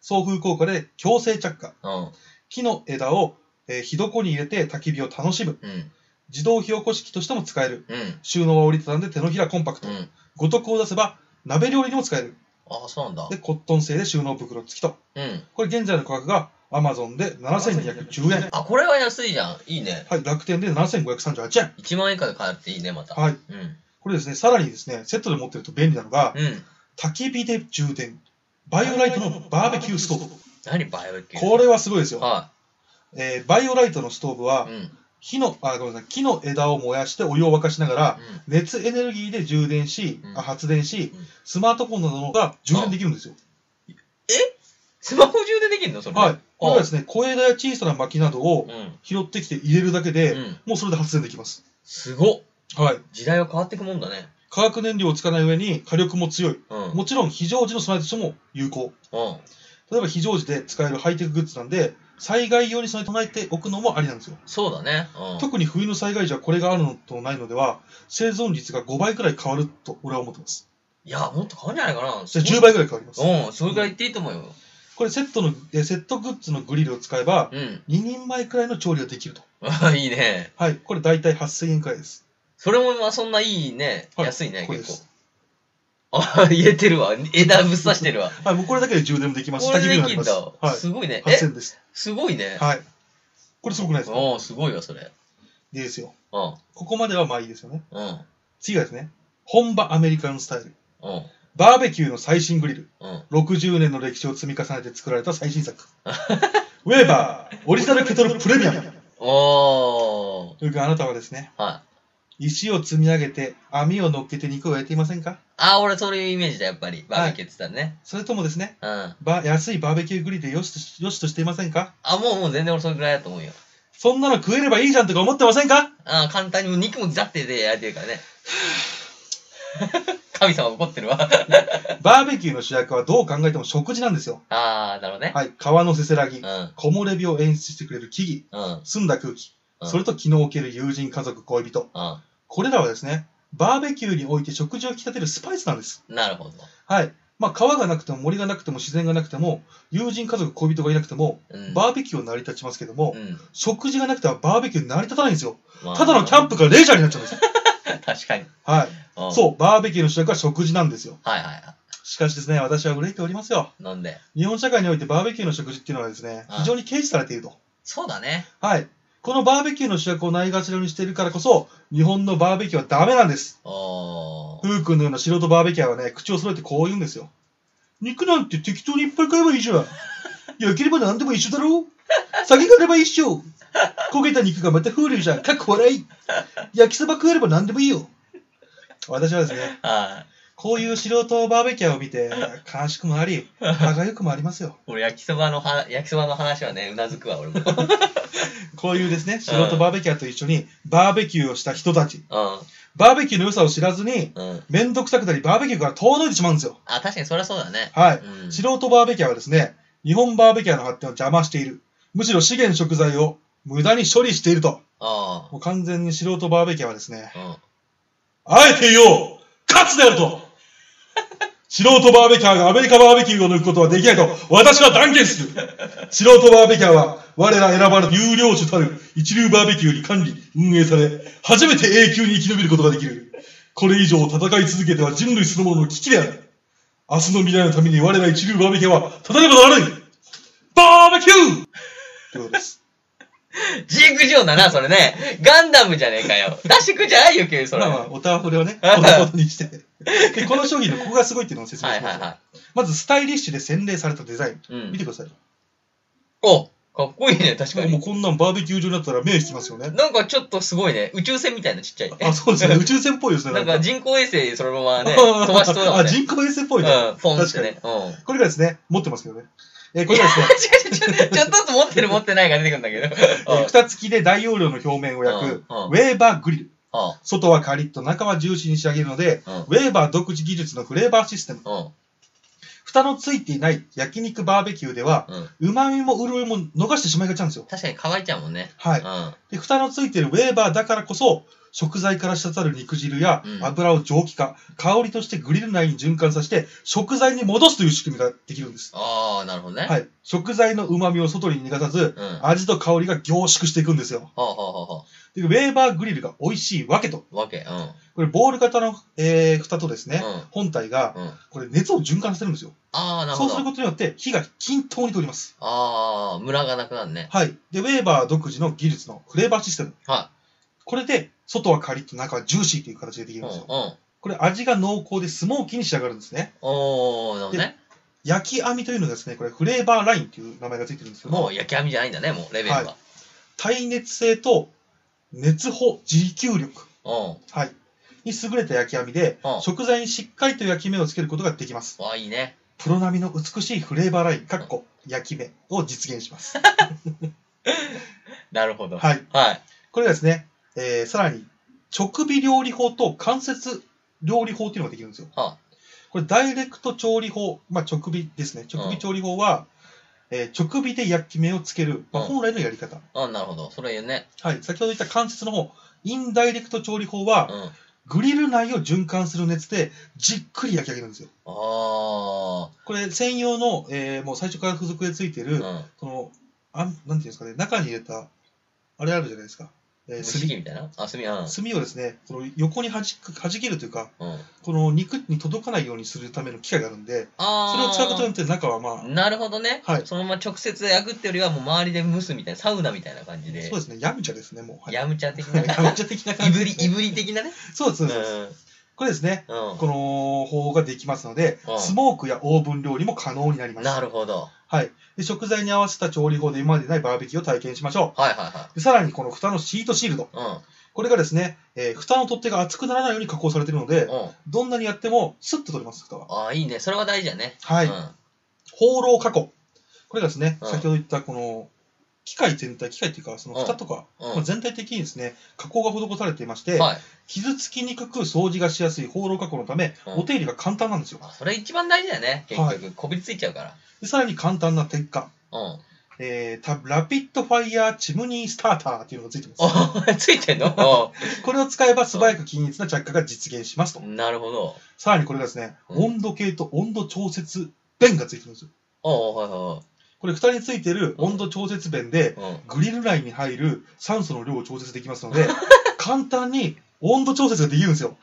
[SPEAKER 1] 送風効果で強制着火、
[SPEAKER 2] うん。うん。
[SPEAKER 1] 木の枝を、えー火床に入れて焚き火を楽しむ、
[SPEAKER 2] うん。
[SPEAKER 1] 自動火起こし器としても使える、
[SPEAKER 2] うん。
[SPEAKER 1] 収納は折りたたんで手のひらコンパクト、
[SPEAKER 2] うん。
[SPEAKER 1] 五徳を出せば鍋料理にも使える、
[SPEAKER 2] あ、そうなんだ。
[SPEAKER 1] でコットン製で収納袋付きと、
[SPEAKER 2] うん。
[SPEAKER 1] これ現在の価格が Amazon で7210円、
[SPEAKER 2] あ、これは安いじゃん。いいね。
[SPEAKER 1] はい、楽天で7538円、
[SPEAKER 2] 1万円以下で買えるっていいね、また。
[SPEAKER 1] はい、
[SPEAKER 2] うん。
[SPEAKER 1] これですね、さらにですね、セットで持ってると便利なのが、
[SPEAKER 2] うん。
[SPEAKER 1] 焚き火で充電、バイオライトのバーベキューストーブ。
[SPEAKER 2] 何バイオキュー
[SPEAKER 1] これはすごいですよ。
[SPEAKER 2] は
[SPEAKER 1] えーバイオライトのストーブ
[SPEAKER 2] い。
[SPEAKER 1] は
[SPEAKER 2] うん。うん。
[SPEAKER 1] 火のあごめんなさい木の枝を燃やしてお湯を沸かしながら熱エネルギーで充電し、
[SPEAKER 2] うん
[SPEAKER 1] あ発電し、
[SPEAKER 2] うん
[SPEAKER 1] スマートフォンなどが充電できるんですよ。
[SPEAKER 2] スマホ充電できるのそれ。
[SPEAKER 1] はい。これはですね、小枝や小さな薪などを
[SPEAKER 2] うん。
[SPEAKER 1] 拾ってきて入れるだけで、
[SPEAKER 2] うん。
[SPEAKER 1] もうそれで発電できます。
[SPEAKER 2] すごっ。
[SPEAKER 1] はい。
[SPEAKER 2] 時代は変わってくもんだね。
[SPEAKER 1] 化学燃料を使わない上に火力も強い。
[SPEAKER 2] うん。うん。
[SPEAKER 1] もちろん非常時の備えとしても有効。例えば非常時で使えるハイテクグッズなんで、災害用に備え備えておくのもありなんですよ。
[SPEAKER 2] そうだね。うん。
[SPEAKER 1] 特に冬の災害時はこれがあるのとないのでは、生存率が5倍くらい変わると俺は思ってます。
[SPEAKER 2] いや、もっと変わんじゃないかな。
[SPEAKER 1] じゃあ10倍くらい変わります。
[SPEAKER 2] うん、それぐらい言っていいと思うよ。
[SPEAKER 1] これセットの、えセットグッズのグリルを使えば、
[SPEAKER 2] うん。
[SPEAKER 1] 2人前くらいの調理ができると。
[SPEAKER 2] いいね。
[SPEAKER 1] はい。これ大体8000円くらいです。
[SPEAKER 2] それもまあそんないいね。
[SPEAKER 1] はい
[SPEAKER 2] 安いね、
[SPEAKER 1] これで
[SPEAKER 2] 結構
[SPEAKER 1] す。。
[SPEAKER 2] あ、入れてるわ。枝ぶっ刺してるわ。
[SPEAKER 1] はい。もうこれだけで充電もできますし。
[SPEAKER 2] これ
[SPEAKER 1] 焚き
[SPEAKER 2] で
[SPEAKER 1] 火にもな
[SPEAKER 2] き
[SPEAKER 1] り
[SPEAKER 2] ん
[SPEAKER 1] ます
[SPEAKER 2] だ。
[SPEAKER 1] は
[SPEAKER 2] すごいね。
[SPEAKER 1] い。
[SPEAKER 2] え、
[SPEAKER 1] 8000です。
[SPEAKER 2] すごいね。
[SPEAKER 1] はい。これすごくないですか
[SPEAKER 2] おーすごいわ、それ。
[SPEAKER 1] でですよ。
[SPEAKER 2] うん。
[SPEAKER 1] ここまではまあいいですよね。
[SPEAKER 2] うん。
[SPEAKER 1] 次がですね、本場アメリカンスタイル。
[SPEAKER 2] うん。
[SPEAKER 1] バーベキューの最新グリル。
[SPEAKER 2] うん。
[SPEAKER 1] 60年の歴史を積み重ねて作られた最新作。 ウェーバー、オリジナルケトルプレミアム。
[SPEAKER 2] おー。
[SPEAKER 1] というか、あなたはですね、
[SPEAKER 2] はい。
[SPEAKER 1] 石を積み上げて網を乗っけて肉を焼いていませんか
[SPEAKER 2] あー、俺そういうイメージだ、やっぱり。バーベキューって言ったらね。
[SPEAKER 1] それともですね、
[SPEAKER 2] うん。
[SPEAKER 1] ば安いバーベキューグリルでよしとしよしとしていませんか
[SPEAKER 2] あ、もうもう全然俺それぐらいだと思うよ。
[SPEAKER 1] そんなの食えればいいじゃんとか思ってませんか
[SPEAKER 2] あー、簡単にもう肉もザッてで焼いてるから ね。神様怒ってるわ。
[SPEAKER 1] バーベキューの主役はどう考えても食事なんですよ。
[SPEAKER 2] あー、なるほどね。
[SPEAKER 1] はい、川のせせらぎ
[SPEAKER 2] う、ん。
[SPEAKER 1] 木漏れ日を演出してくれる木
[SPEAKER 2] うん。
[SPEAKER 1] 々、澄んだ空気、
[SPEAKER 2] うん
[SPEAKER 1] それと気の置ける友人、家族、恋人。
[SPEAKER 2] う
[SPEAKER 1] これらはですね、バーベキューにおいて食事を引き立てるスパイスなんです。
[SPEAKER 2] ん。なるほど。
[SPEAKER 1] はい。まあ、川がなくても森がなくても自然がなくても、友人、家族、恋人がいなくても、
[SPEAKER 2] うん。
[SPEAKER 1] バーベキューは成り立ちますけども、
[SPEAKER 2] うん。
[SPEAKER 1] 食事がなくてはバーベキュー成り立たないんですよ。
[SPEAKER 2] まあ
[SPEAKER 1] ただのキャンプがレジャーになっちゃうんですよ。
[SPEAKER 2] 確かに。
[SPEAKER 1] はい。
[SPEAKER 2] うん
[SPEAKER 1] そう、バーベキューの主役は食事なんですよ。
[SPEAKER 2] はいはいは
[SPEAKER 1] しかしですね、私は憂いておりますよ。
[SPEAKER 2] い。飲んで。
[SPEAKER 1] 日本社会においてバーベキューの食事っていうのはですね、
[SPEAKER 2] うん
[SPEAKER 1] 非常に軽視されていると。
[SPEAKER 2] そうだね。
[SPEAKER 1] はい。このバーベキューの主役をないがしろにしているからこそ、日本のバーベキューはダメなんです。
[SPEAKER 2] おー。
[SPEAKER 1] ふうくんのような素人バーベキューはね、口を揃えてこう言うんですよ。肉なんて適当にいっぱい買えばいいじゃん。焼ければ何でも一緒だろ酒があれば一緒。焦げた肉がまた風流じゃん。かっこ笑い。焼きそば食えれば何でもいいよ。私はですね、
[SPEAKER 2] はい。
[SPEAKER 1] こういう素人バーベキューを見て、悲しくもあり、歯がゆくもありますよ。
[SPEAKER 2] 俺焼きそばのは、焼きそばの話はね、うなずくわ、俺も。うん。
[SPEAKER 1] こういうですね、素人バーベキューと一緒に、バーベキューをした人たち、バーベキューの良さを知らずに、
[SPEAKER 2] うん。
[SPEAKER 1] めんどくさくなり、バーベキューから遠のいてしまうんですよ。
[SPEAKER 2] あ、確かにそりゃそうだね。。
[SPEAKER 1] はいう
[SPEAKER 2] ん。
[SPEAKER 1] 素人バーベキューはですね、日本バーベキューの発展を邪魔している。むしろ資源食材を無駄に処理していると。
[SPEAKER 2] あ
[SPEAKER 1] もう完全に素人バーベキューはですね、
[SPEAKER 2] あ。うん。
[SPEAKER 1] あえて言おう勝つである と素人バーベキュアーがアメリカバーベキューを抜くことはできないと私は断言する素人バーベキュアーは我ら選ばれた有料種たる一流バーベキューに管理、運営され、初めて永久に生き延びることができる。これ以上戦い続けては人類そのものの危機である。明日の未来のために我ら一流バーベキュアーは戦ねばならないバーベキューということです。
[SPEAKER 2] ジークジョーだな、それね。ガンダムじゃねえかよ。ダッシュクじゃないよ、急にそれ。
[SPEAKER 1] まあま
[SPEAKER 2] は
[SPEAKER 1] あ、おたわふれ をね、こんなことにして。で、この商品のここがすごいっていうのを
[SPEAKER 2] い
[SPEAKER 1] 説明
[SPEAKER 2] は
[SPEAKER 1] し
[SPEAKER 2] い
[SPEAKER 1] ます。
[SPEAKER 2] は
[SPEAKER 1] まずスタイリッシュで洗練されたデザイン。
[SPEAKER 2] い。う
[SPEAKER 1] 見
[SPEAKER 2] ん。
[SPEAKER 1] てください。
[SPEAKER 2] おかっこいいね、確か
[SPEAKER 1] もう
[SPEAKER 2] に。
[SPEAKER 1] こんなんバーベキュー場になったら目引きますよね。
[SPEAKER 2] なんかちょっとすごいね。宇宙船みた いなちっちゃい。
[SPEAKER 1] あ、そうですね。宇宙船っぽいですね。
[SPEAKER 2] なんか人工衛星そのままね、
[SPEAKER 1] あ
[SPEAKER 2] 飛ばしそうだもん
[SPEAKER 1] あ、
[SPEAKER 2] ね。
[SPEAKER 1] 人工衛星っぽいね。
[SPEAKER 2] うん、ポンっ
[SPEAKER 1] 確
[SPEAKER 2] て
[SPEAKER 1] かに。
[SPEAKER 2] ね。うん。
[SPEAKER 1] これがですね、持ってますけどね。えーこれがです
[SPEAKER 2] 違
[SPEAKER 1] ね、
[SPEAKER 2] う違う違うちょっとずつ持ってる持ってないが出てくるんだけど。
[SPEAKER 1] えー蓋付きで大容量の表面を焼く、
[SPEAKER 2] うんうん
[SPEAKER 1] ウェーバーグリル。
[SPEAKER 2] うん。
[SPEAKER 1] 外はカリッと中はジューシーに仕上げるので、
[SPEAKER 2] うん
[SPEAKER 1] ウェーバー独自技術のフレーバーシステム。
[SPEAKER 2] うん。
[SPEAKER 1] 蓋の付いていない焼肉バーベキューでは、
[SPEAKER 2] うん。
[SPEAKER 1] 旨味も潤いも逃してしまいがちなんですよ。
[SPEAKER 2] 確かに乾いちゃうもんね。
[SPEAKER 1] は
[SPEAKER 2] う
[SPEAKER 1] い
[SPEAKER 2] ん。。あ
[SPEAKER 1] で、蓋のついてるウェーバーだからこそ、食材から滴る肉汁や
[SPEAKER 2] うん
[SPEAKER 1] 油を蒸気化、香りとしてグリル内に循環させて、食材に戻すという仕組みができるんです。
[SPEAKER 2] あー、なるほどね。。
[SPEAKER 1] はいい。食材の旨味を外に逃がさず、
[SPEAKER 2] うん。は
[SPEAKER 1] 味と香りが凝縮していくんですよ。
[SPEAKER 2] あはあはあは
[SPEAKER 1] で、ウェーバーグリルが美味しいわけと。
[SPEAKER 2] あ。わけ。うん。
[SPEAKER 1] これ、ボール型の、えー、蓋とです
[SPEAKER 2] う
[SPEAKER 1] ね、
[SPEAKER 2] ん。
[SPEAKER 1] 本体が、
[SPEAKER 2] うん。
[SPEAKER 1] これ、熱を循環させるんですよ。
[SPEAKER 2] ああ、なるほ
[SPEAKER 1] そうする
[SPEAKER 2] ど。
[SPEAKER 1] ことによって、火が均等に通ります。
[SPEAKER 2] ああ、ムラがなくなるね。
[SPEAKER 1] はい。で、ウェーバー独自の技術のフレーバーシステム。
[SPEAKER 2] は
[SPEAKER 1] これで、外はカリッと中はジューシーという形ででき
[SPEAKER 2] い。う
[SPEAKER 1] る
[SPEAKER 2] ん。
[SPEAKER 1] ん
[SPEAKER 2] う
[SPEAKER 1] ですよ。
[SPEAKER 2] ん。
[SPEAKER 1] これ味が濃厚でスモーキーに仕上がるんですね。
[SPEAKER 2] おー、なるほどね。
[SPEAKER 1] 焼き網というのがですね、これフレーバーラインという名前がついてるんですけど
[SPEAKER 2] も
[SPEAKER 1] も、
[SPEAKER 2] う焼き網じゃないんだね、もう、レベルが。
[SPEAKER 1] 耐熱性と熱保持久力、
[SPEAKER 2] うん。
[SPEAKER 1] はい、に優れた焼き網で、
[SPEAKER 2] うん
[SPEAKER 1] 食材にしっかりと焼き目をつけることができます。
[SPEAKER 2] わあ、いいね。
[SPEAKER 1] プロ並みの美しいフレーバーライン、かっこ焼き目を実現します。
[SPEAKER 2] なるほど。はい。
[SPEAKER 1] はい。これがですね、えーさらに、直火料理法と間接料理法というのができるんですよ。
[SPEAKER 2] は
[SPEAKER 1] これ、ダイレクト調理法、まあ、直火ですね。直火調理法は、えー直火で焼き目をつける、まあ、
[SPEAKER 2] うん
[SPEAKER 1] 本来のやり方。
[SPEAKER 2] あ、うん、なるほど。それいいね。
[SPEAKER 1] はい。先ほど言った関節の方、インダイレクト調理法
[SPEAKER 2] う
[SPEAKER 1] は、
[SPEAKER 2] ん。
[SPEAKER 1] グリル内を循環する熱でじっくり焼き上げるんですよ。
[SPEAKER 2] あ
[SPEAKER 1] これ、専用の、えーもう最初から付属でついて
[SPEAKER 2] あ。う
[SPEAKER 1] る、
[SPEAKER 2] ん。
[SPEAKER 1] その、あんなんていうんですかね、中に入れた、あれあるじゃないですか。えー
[SPEAKER 2] 蒸し
[SPEAKER 1] 炭
[SPEAKER 2] 器みたいなあ、炭、うん。
[SPEAKER 1] 炭をですね、この横に弾く、弾けるというか、
[SPEAKER 2] うん、
[SPEAKER 1] この肉に届かないようにするための機械があるんで、
[SPEAKER 2] あー
[SPEAKER 1] それを使うことによって中はまあ、
[SPEAKER 2] なるほどね、
[SPEAKER 1] はい
[SPEAKER 2] そのまま直接焼くってよりはもう周りで蒸すみたいなサウナみたいな感じで
[SPEAKER 1] そうですね、ヤムチャですね、もう。はい、
[SPEAKER 2] ヤムチャ的な
[SPEAKER 1] ヤムチャ的な感
[SPEAKER 2] い
[SPEAKER 1] じ
[SPEAKER 2] ぶ
[SPEAKER 1] で
[SPEAKER 2] り
[SPEAKER 1] すね、
[SPEAKER 2] いぶり的なね
[SPEAKER 1] そうです、そううです。
[SPEAKER 2] ん
[SPEAKER 1] これですね、
[SPEAKER 2] う
[SPEAKER 1] この方法ができますので、
[SPEAKER 2] うん
[SPEAKER 1] スモークやオーブン料理も可能になりま
[SPEAKER 2] ん、
[SPEAKER 1] す。
[SPEAKER 2] なるほど
[SPEAKER 1] はい。で食材に合わせた調理法で今までないバーベキューを体験しましょ
[SPEAKER 2] はいは
[SPEAKER 1] う。でさらにこの蓋のシートシールド。
[SPEAKER 2] いは
[SPEAKER 1] これがですね、えー蓋の取っ手が厚くならないように加工されているの
[SPEAKER 2] い
[SPEAKER 1] で
[SPEAKER 2] う、んうん
[SPEAKER 1] どんなにやってもスッと取れます、蓋は。
[SPEAKER 2] ああいいねそれは大事だね
[SPEAKER 1] はい。
[SPEAKER 2] うん、
[SPEAKER 1] 放浪加工。これがですね、
[SPEAKER 2] うん
[SPEAKER 1] 先ほど言ったこの、機械全体、機械っていうか、その蓋とか、
[SPEAKER 2] うん
[SPEAKER 1] まあ全体的にですね、加工が施されていまして、
[SPEAKER 2] はい
[SPEAKER 1] 傷つきにくく掃除がしやすい放浪加工のため、
[SPEAKER 2] うん
[SPEAKER 1] お手入れが簡単なんですよ。
[SPEAKER 2] あそれ一番大事だよね結局、
[SPEAKER 1] は
[SPEAKER 2] こびりついちゃうか
[SPEAKER 1] でさらに簡単な鉄火。
[SPEAKER 2] らうん
[SPEAKER 1] えータラピッドファイヤーチムニースターターっていうのがついてます。
[SPEAKER 2] あ ついてんの
[SPEAKER 1] これを使えば素早く均一な着火が実現しますと
[SPEAKER 2] う。んなるほど
[SPEAKER 1] さらにこれがですね、
[SPEAKER 2] うん
[SPEAKER 1] 温度計と温度調節弁がついてるんですよ。
[SPEAKER 2] ああはいは
[SPEAKER 1] これ蓋についてる温度調節弁で、
[SPEAKER 2] い はい、うん、
[SPEAKER 1] グリル内に入る酸素の量を調節できますの で、簡単に温度調節ができるんですよ。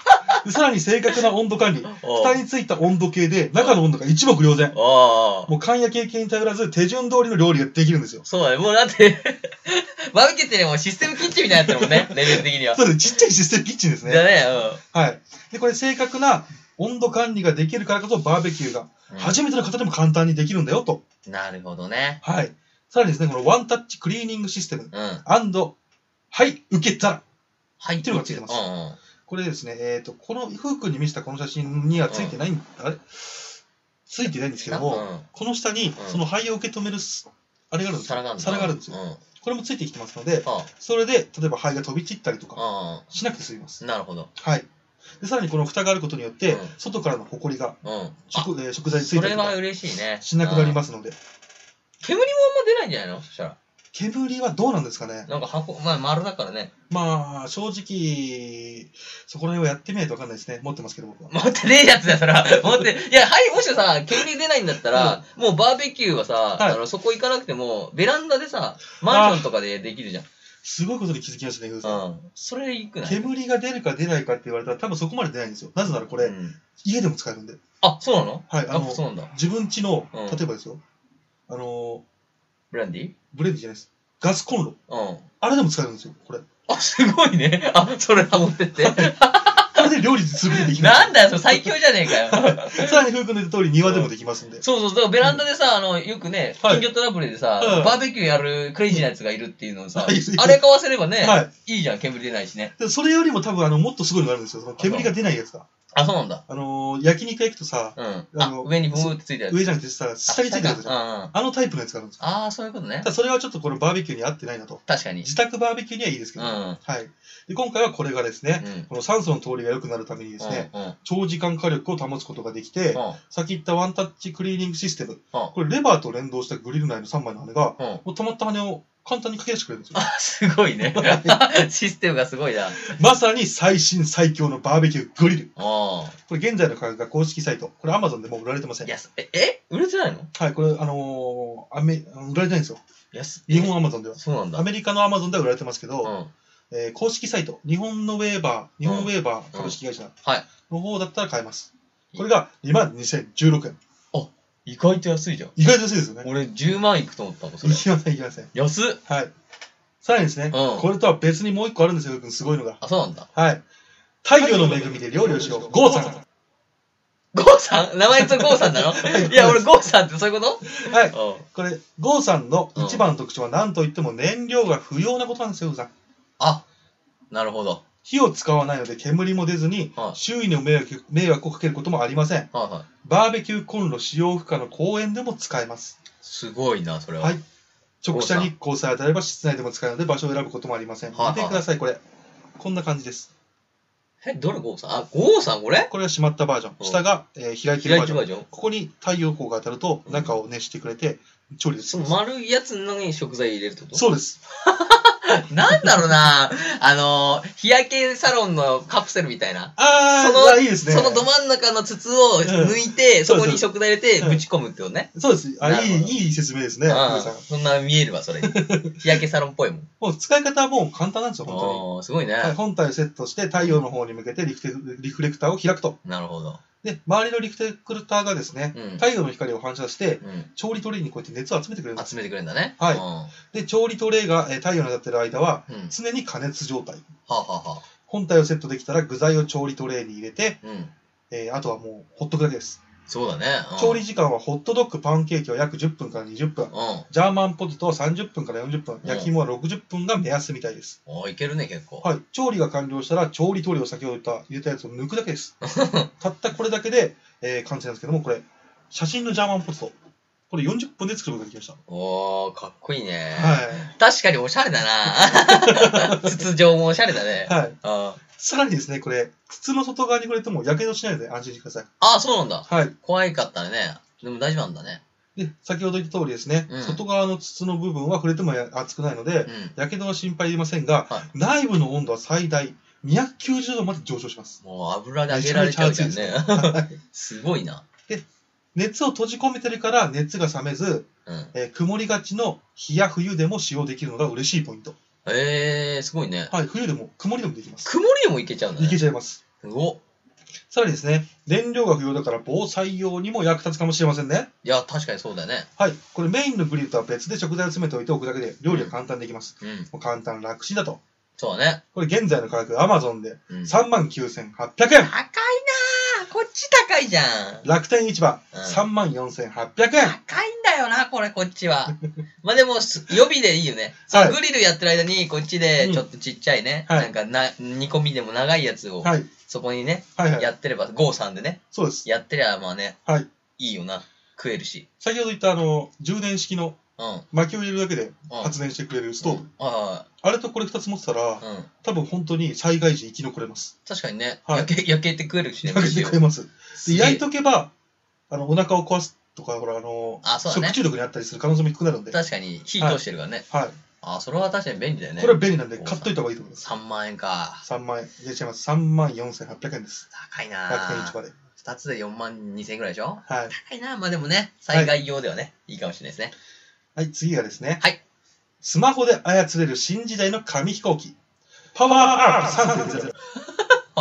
[SPEAKER 1] でさらに正確な温度管理。蓋についた温度計で中の温度が一目瞭然。
[SPEAKER 2] ああ
[SPEAKER 1] もう勘や経験に頼らず手順通りの料理ができるんですよ。
[SPEAKER 2] そうだね、もうだって、 バーベキューってね、もうシステムキッチンみたいになってるもんね、レベル的には。
[SPEAKER 1] そうです。ちっちゃいシステムキッチンですね。
[SPEAKER 2] だね、
[SPEAKER 1] はい。で、これ正確な温度管理ができるからこそバーベキューが
[SPEAKER 2] うん。
[SPEAKER 1] 初めての方でも簡単にできるんだよと。
[SPEAKER 2] なるほどね。
[SPEAKER 1] はい。さらにですね、このワンタッチクリーニングシステ
[SPEAKER 2] う
[SPEAKER 1] ム
[SPEAKER 2] ん。は
[SPEAKER 1] はい、受け皿。
[SPEAKER 2] い。
[SPEAKER 1] っていうのがついてます
[SPEAKER 2] うんうん。
[SPEAKER 1] これですね、えっ、と、この、ふうくんに見せたこの写真にはついてないん、あれついてないんですけど
[SPEAKER 2] う
[SPEAKER 1] も、
[SPEAKER 2] ん
[SPEAKER 1] この下に
[SPEAKER 2] ん
[SPEAKER 1] その灰を受け止めるす、あれがあるんですよ。
[SPEAKER 2] 皿があるんだ
[SPEAKER 1] 皿があるんですよ。
[SPEAKER 2] うん。
[SPEAKER 1] これもついてきてますので、
[SPEAKER 2] あ
[SPEAKER 1] それで、例えば灰が飛び散ったりとか
[SPEAKER 2] あ
[SPEAKER 1] しなくて済みます。
[SPEAKER 2] うん。なるほど。
[SPEAKER 1] はい。で、さらにこの蓋があることによって
[SPEAKER 2] うん、
[SPEAKER 1] 外からの埃が
[SPEAKER 2] うん。あ、
[SPEAKER 1] 食,、えー食材につい
[SPEAKER 2] そ
[SPEAKER 1] たり
[SPEAKER 2] れ
[SPEAKER 1] とか
[SPEAKER 2] は嬉しいね。
[SPEAKER 1] しなくなり
[SPEAKER 2] す。
[SPEAKER 1] ますので、
[SPEAKER 2] 煙もあんま出ないんじゃないのそしたら。
[SPEAKER 1] 煙はどうなんですかね、
[SPEAKER 2] なんか箱、まあ丸だからね。
[SPEAKER 1] まあ、正直、そこら辺はやってみないと分かんないですね、持ってますけど、僕は。
[SPEAKER 2] 持ってねえやつだ、そら。 持って、いや、はい、もしさ、煙出ないんだったら、もうバーベキューはさ、
[SPEAKER 1] はい
[SPEAKER 2] あのそこ行かなくても、ベランダでさ、マンションとかでできるじゃん。
[SPEAKER 1] すごいことに気づきましたね、ふうさん
[SPEAKER 2] うん。それいくない
[SPEAKER 1] 煙が出るか出ないかって言われたら、多分そこまで出ないんですよ。なぜならこれ、
[SPEAKER 2] うん
[SPEAKER 1] 家でも使えるんで、
[SPEAKER 2] あ、そうなの
[SPEAKER 1] はい、あ
[SPEAKER 2] あ、
[SPEAKER 1] の
[SPEAKER 2] そうなんだ。
[SPEAKER 1] 自分家の、
[SPEAKER 2] うん
[SPEAKER 1] 例えばですよ、あの、
[SPEAKER 2] ブランディ
[SPEAKER 1] ブレンドじゃないです、ガスコンロ、
[SPEAKER 2] うん。
[SPEAKER 1] あれでも使えるんですよ、これ。こ
[SPEAKER 2] あ、すごいね。あ、それハモって って。
[SPEAKER 1] れで料理することできま
[SPEAKER 2] な
[SPEAKER 1] す
[SPEAKER 2] んだよ、それ最強じゃねえか よ。
[SPEAKER 1] さらに、ふうくんの言った通り、庭でもできますんで。
[SPEAKER 2] そうそう、だからベランダでさ、あの、よくね、
[SPEAKER 1] はい
[SPEAKER 2] 近所トラブルでさ、
[SPEAKER 1] うん
[SPEAKER 2] バーベキューやるクレイジーなやつがいるっていうのをさ、
[SPEAKER 1] はいいる
[SPEAKER 2] あれ買わせればね、、
[SPEAKER 1] はい
[SPEAKER 2] いじゃん、煙出ないしね。
[SPEAKER 1] でそれよりも多分あのもっとすごいのがあるんですよ。その煙が出ないやつが。
[SPEAKER 2] あ、そうなんだ。
[SPEAKER 1] あのー焼肉焼くとさ、
[SPEAKER 2] うん。
[SPEAKER 1] あ
[SPEAKER 2] あ、
[SPEAKER 1] の
[SPEAKER 2] 上にブーってついてるやつ。
[SPEAKER 1] 上じゃなくてさ、下についてるやつじゃん。あ
[SPEAKER 2] うんうん。
[SPEAKER 1] のタイプのやつがあるんですよ。
[SPEAKER 2] あー、そういうことね
[SPEAKER 1] た。だそれはちょっとこのバーベキューに合ってないなと。
[SPEAKER 2] 確かに。
[SPEAKER 1] 自宅バーベキューにはいいですけ
[SPEAKER 2] うん。
[SPEAKER 1] ど。
[SPEAKER 2] う
[SPEAKER 1] はい。
[SPEAKER 2] ん。
[SPEAKER 1] で、今回はこれがですね、
[SPEAKER 2] うん
[SPEAKER 1] この酸素の通りが良くなるためにですね、
[SPEAKER 2] うん。うん。
[SPEAKER 1] 長時間火力を保つことができて、先言ったワンタッチクリーニングシステム。これレバーと連動したグリル内の3枚の羽が、
[SPEAKER 2] うん。
[SPEAKER 1] もう溜まった羽を簡単にかけ出してくれるんですよ。
[SPEAKER 2] すごい ね。システムがすごいな。
[SPEAKER 1] まさに最新最強のバーベキューグリル。
[SPEAKER 2] ああ。
[SPEAKER 1] これ現在の価格が公式サイト。これ Amazon でもう売られてません
[SPEAKER 2] い。や、え、え売れてないの
[SPEAKER 1] はい、これ、あのーアメ、売られてないんですよ。
[SPEAKER 2] 安
[SPEAKER 1] 日本アマゾンでは。
[SPEAKER 2] そうなんだ。
[SPEAKER 1] アメリカのアマゾンでは売られてますけ
[SPEAKER 2] う
[SPEAKER 1] ど、
[SPEAKER 2] ん。
[SPEAKER 1] えー公式サイト、日本のウェーバー、日本ウェーバー株式会社
[SPEAKER 2] はい
[SPEAKER 1] の方だったら買えます。これが2万2016円。
[SPEAKER 2] 意外と安いじゃん。
[SPEAKER 1] 意外と安いですよね。
[SPEAKER 2] 俺10万いくと思ったもん、そ
[SPEAKER 1] い
[SPEAKER 2] れ。
[SPEAKER 1] きません、いきません。
[SPEAKER 2] 安っ
[SPEAKER 1] はい。さらにですね、
[SPEAKER 2] うん
[SPEAKER 1] これとは別にもう一個あるんですよ、よくんすごいのが。
[SPEAKER 2] あ、そうなんだ。
[SPEAKER 1] はい。太陽の恵みで料理をしよう。ゴーさん。
[SPEAKER 2] ゴーさん名前とゴーさん なのいや、俺ゴーさんってそういうこ
[SPEAKER 1] はい。
[SPEAKER 2] とうん。
[SPEAKER 1] これ、ゴーさんの一番の特徴は何といっても燃料が不要なことなんですよ、よくんさん。
[SPEAKER 2] あ、なるほど。
[SPEAKER 1] 火を使わないので煙も出ずに
[SPEAKER 2] はい
[SPEAKER 1] 周囲の迷惑迷惑をかけることもありません
[SPEAKER 2] はいはい。
[SPEAKER 1] バーベキューコンロ使用不可の公園でも使えます
[SPEAKER 2] すごいな、それは。
[SPEAKER 1] はい直射日光さえ当たれば室内でも使えるので場所を選ぶこともありません見
[SPEAKER 2] はいはい
[SPEAKER 1] てくださいこれこんな感じです
[SPEAKER 2] え、どれゴーさんあ、ゴーさんこれ
[SPEAKER 1] これが閉まったバージョン
[SPEAKER 2] うん
[SPEAKER 1] 下が、えー開いて
[SPEAKER 2] 開
[SPEAKER 1] るバ
[SPEAKER 2] い
[SPEAKER 1] ージ
[SPEAKER 2] て
[SPEAKER 1] ョン
[SPEAKER 2] バージョン
[SPEAKER 1] ここに太陽光が当たると
[SPEAKER 2] うん
[SPEAKER 1] 中を熱してくれて調理でき
[SPEAKER 2] そ
[SPEAKER 1] ま
[SPEAKER 2] の
[SPEAKER 1] す
[SPEAKER 2] 丸いやつの中に食材入れるってこと
[SPEAKER 1] そうです
[SPEAKER 2] なんだろうなあの、日焼けサロンのカプセルみたいな。
[SPEAKER 1] あ
[SPEAKER 2] そ
[SPEAKER 1] ー、
[SPEAKER 2] の
[SPEAKER 1] あいいですね。
[SPEAKER 2] そのど真ん中の筒を抜いて、
[SPEAKER 1] ん
[SPEAKER 2] そこに食材入れて
[SPEAKER 1] そうそう
[SPEAKER 2] ぶち込むってことね。
[SPEAKER 1] そうです。あ、
[SPEAKER 2] なる
[SPEAKER 1] い
[SPEAKER 2] ほど
[SPEAKER 1] い、いい説明です
[SPEAKER 2] う
[SPEAKER 1] ね。
[SPEAKER 2] ん
[SPEAKER 1] 皆さん。
[SPEAKER 2] そんな見えるわ、 それ。日焼けサロンっぽいもん。
[SPEAKER 1] もう使い方はもう簡単なんですよ、本当に。
[SPEAKER 2] おーすごいね。
[SPEAKER 1] はい本体をセットして太陽の方に向けてリフテリフレクターを開くと。
[SPEAKER 2] なるほど。
[SPEAKER 1] で、周りのリフレクターがですね、
[SPEAKER 2] うん
[SPEAKER 1] 太陽の光を反射して、
[SPEAKER 2] うん。
[SPEAKER 1] 調理トレーにこうやって熱を集めてくれるんです。
[SPEAKER 2] 集めてくれるんだね。
[SPEAKER 1] はい
[SPEAKER 2] うん。は
[SPEAKER 1] で、調理トレーがえー太陽に当たってる間は、
[SPEAKER 2] うん
[SPEAKER 1] 常に加熱状態。
[SPEAKER 2] あ、はあはあ、
[SPEAKER 1] 本体をセットできたら具材を調理トレーに入れて、
[SPEAKER 2] うん。
[SPEAKER 1] えーあとはもうほっとくだけです。
[SPEAKER 2] そうだね。うん
[SPEAKER 1] 調理時間はホットドッグ、パンケーキは約10分から20分
[SPEAKER 2] う。ん。
[SPEAKER 1] ジャーマンポテトは30分から40分、
[SPEAKER 2] うん
[SPEAKER 1] 焼き芋は60分が目安みたいです。
[SPEAKER 2] おーいけるね、結構。
[SPEAKER 1] はい、調理が完了したら、調理トレーを先ほど言った入れたやつを抜くだけ です。たったこれだけで、えー完成なんですけども、これ、写真のジャーマンポテト、これ40分で作ることができました。
[SPEAKER 2] おー、かっこいいね。
[SPEAKER 1] は
[SPEAKER 2] 確かにおしゃれだな。 筒状もおしゃれだね
[SPEAKER 1] い。。はい。
[SPEAKER 2] あ
[SPEAKER 1] さらにですね、これ、筒の外側にこれても、やけどしないので安心してください。
[SPEAKER 2] あ、そうなんだ。
[SPEAKER 1] はい。
[SPEAKER 2] 怖いかったらね。でも大丈夫なんだね。
[SPEAKER 1] で、先ほど言った通りですね、
[SPEAKER 2] うん
[SPEAKER 1] 外側の筒の部分は触れてもや熱くないので
[SPEAKER 2] う、ん。
[SPEAKER 1] やけどは心配いりませんが、
[SPEAKER 2] は
[SPEAKER 1] 内部の温度は最大290度まで上昇します。
[SPEAKER 2] もう油で揚げられちゃうじゃん
[SPEAKER 1] めち
[SPEAKER 2] ね。 すごいな。
[SPEAKER 1] 熱を閉じ込めてるから熱が冷めず、
[SPEAKER 2] うん。
[SPEAKER 1] えー曇りがちの日や冬でも使用できるのが嬉しいポイント。
[SPEAKER 2] えー、すごいね。
[SPEAKER 1] はい、冬でも曇りでもできます。
[SPEAKER 2] 曇りもいけちゃうんだ
[SPEAKER 1] い
[SPEAKER 2] ね
[SPEAKER 1] け。ちゃいます。
[SPEAKER 2] すごっ
[SPEAKER 1] さらにですね、燃料が不要だから防災用にも役立つかもしれませんね。
[SPEAKER 2] いや、確かにそうだね。
[SPEAKER 1] はい、これメインのグリルとは別で食材を詰めておいておくだけで料理が簡単にできます。
[SPEAKER 2] うん。
[SPEAKER 1] もう簡単楽ちんだと。
[SPEAKER 2] そうだね。
[SPEAKER 1] これ現在の価格 Amazon で
[SPEAKER 2] うん、高い
[SPEAKER 1] 3万9800円
[SPEAKER 2] な。ーこっち高いじゃん。
[SPEAKER 1] 楽天市場
[SPEAKER 2] うん
[SPEAKER 1] 3万4800円。
[SPEAKER 2] 高いんだよな、これ、こっち は。まあでも、す予備でいいよね。
[SPEAKER 1] はい
[SPEAKER 2] グリルやってる間に、こっちで、ちょっとちっちゃいね、
[SPEAKER 1] うんはい
[SPEAKER 2] なんかな、煮込みでも長いやつを、
[SPEAKER 1] はい、
[SPEAKER 2] そこにね、
[SPEAKER 1] はいは
[SPEAKER 2] や
[SPEAKER 1] い。
[SPEAKER 2] ってれば、ゴーさんでね、
[SPEAKER 1] そうです。
[SPEAKER 2] やってりゃ、まあね、
[SPEAKER 1] はい。
[SPEAKER 2] いいよな。食えるし。
[SPEAKER 1] 先ほど言ったあの、充電式の
[SPEAKER 2] うん。うん、
[SPEAKER 1] 薪を入れるだけで
[SPEAKER 2] 電
[SPEAKER 1] 発電してくれるストーブ。
[SPEAKER 2] あ
[SPEAKER 1] あれとこれ2つ持ってたら
[SPEAKER 2] あ、、うん。
[SPEAKER 1] 多分本当に災害時生き残れます。
[SPEAKER 2] 確かにね、
[SPEAKER 1] はい
[SPEAKER 2] 焼け焼けて食えるしね、
[SPEAKER 1] 焼けて食えます。
[SPEAKER 2] す
[SPEAKER 1] で、
[SPEAKER 2] げえ
[SPEAKER 1] 焼いとけば、あの、お腹を壊すとか、ほら、あの、
[SPEAKER 2] あそうだね
[SPEAKER 1] 食中毒になったりする可能性も低くなるんで、はい。
[SPEAKER 2] 確かに、火通してるからね。ああ、それは確かに便利だよね。
[SPEAKER 1] これは便利なんで、
[SPEAKER 2] そう
[SPEAKER 1] 買っといた方がいいと思います。
[SPEAKER 2] 3万円か。
[SPEAKER 1] 3万円。いや、違います。3万4800円です。
[SPEAKER 2] 高い
[SPEAKER 1] 楽天
[SPEAKER 2] な
[SPEAKER 1] 市場で。
[SPEAKER 2] 2つで4万2千円ぐらいでしょ
[SPEAKER 1] はい。
[SPEAKER 2] 高いな。まあでもね、災害用ではね、い、いかもしれないですね。
[SPEAKER 1] はい、次がですね。
[SPEAKER 2] はい。
[SPEAKER 1] スマホで操れる新時代の紙飛行機。パワーアップ3.0。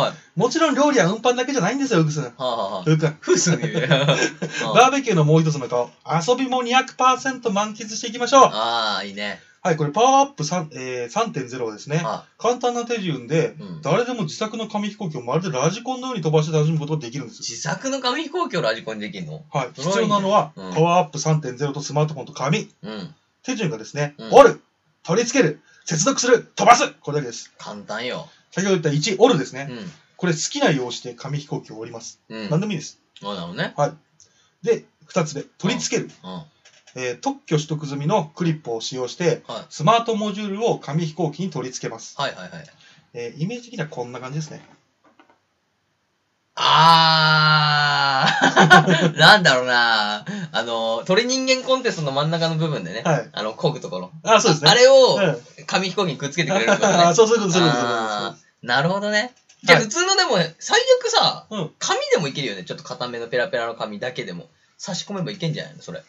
[SPEAKER 2] はい。
[SPEAKER 1] もちろん料理は運搬だけじゃないんですよ、ウグスン。
[SPEAKER 2] はあ、はあはあ、
[SPEAKER 1] ウグ君
[SPEAKER 2] ふうすんで言う
[SPEAKER 1] バーベキューのもう一つの顔、遊びも200%満喫していきましょう。
[SPEAKER 2] ああ、いいね。
[SPEAKER 1] はい、これパワーアップ3、えー、3.0はですね、
[SPEAKER 2] あ
[SPEAKER 1] 簡単な手順で、
[SPEAKER 2] うん、
[SPEAKER 1] 誰でも自作の紙飛行機をまるでラジコンのように飛ばして楽しむことができるんですよ。
[SPEAKER 2] 自作の紙飛行機をラジコンにできるの
[SPEAKER 1] はい、
[SPEAKER 2] それはいい
[SPEAKER 1] 必要なのは、
[SPEAKER 2] うん
[SPEAKER 1] パワーアップ3.0とスマートフォンと紙。
[SPEAKER 2] うん。
[SPEAKER 1] 手順がですね、
[SPEAKER 2] うん
[SPEAKER 1] 折る、取り付ける、接続する、飛ばすこれだけです。
[SPEAKER 2] 簡単よ。
[SPEAKER 1] 先ほど言った1、折るですね。
[SPEAKER 2] うん。
[SPEAKER 1] これ好きな用紙で紙飛行機を折ります。
[SPEAKER 2] うん。
[SPEAKER 1] 何でもいいです。
[SPEAKER 2] そうなのね。
[SPEAKER 1] で、2つ目、取り付ける。
[SPEAKER 2] うん。は
[SPEAKER 1] えー特許取得済みのクリップを使用して、
[SPEAKER 2] はい
[SPEAKER 1] スマートモジュールを紙飛行機に取り付けます。
[SPEAKER 2] いはいはい。
[SPEAKER 1] えーイメージ的にはこんな感じですね。
[SPEAKER 2] あー なんだろうなあの、鳥人間コンテストの真ん中の部分でね、
[SPEAKER 1] はい
[SPEAKER 2] あの、こぐところ。
[SPEAKER 1] あ、そうですね。
[SPEAKER 2] あれを
[SPEAKER 1] うん
[SPEAKER 2] 紙飛行機にくっつけてくれるってことね。
[SPEAKER 1] あそうそういうことそういうこと
[SPEAKER 2] あーなるほどね。じゃあ
[SPEAKER 1] はい
[SPEAKER 2] 普通のでも、最悪さ、
[SPEAKER 1] うん
[SPEAKER 2] 紙でもいけるよね。ちょっと固めのペラペラの紙だけでも。差し込めばいけんじゃないのそれ。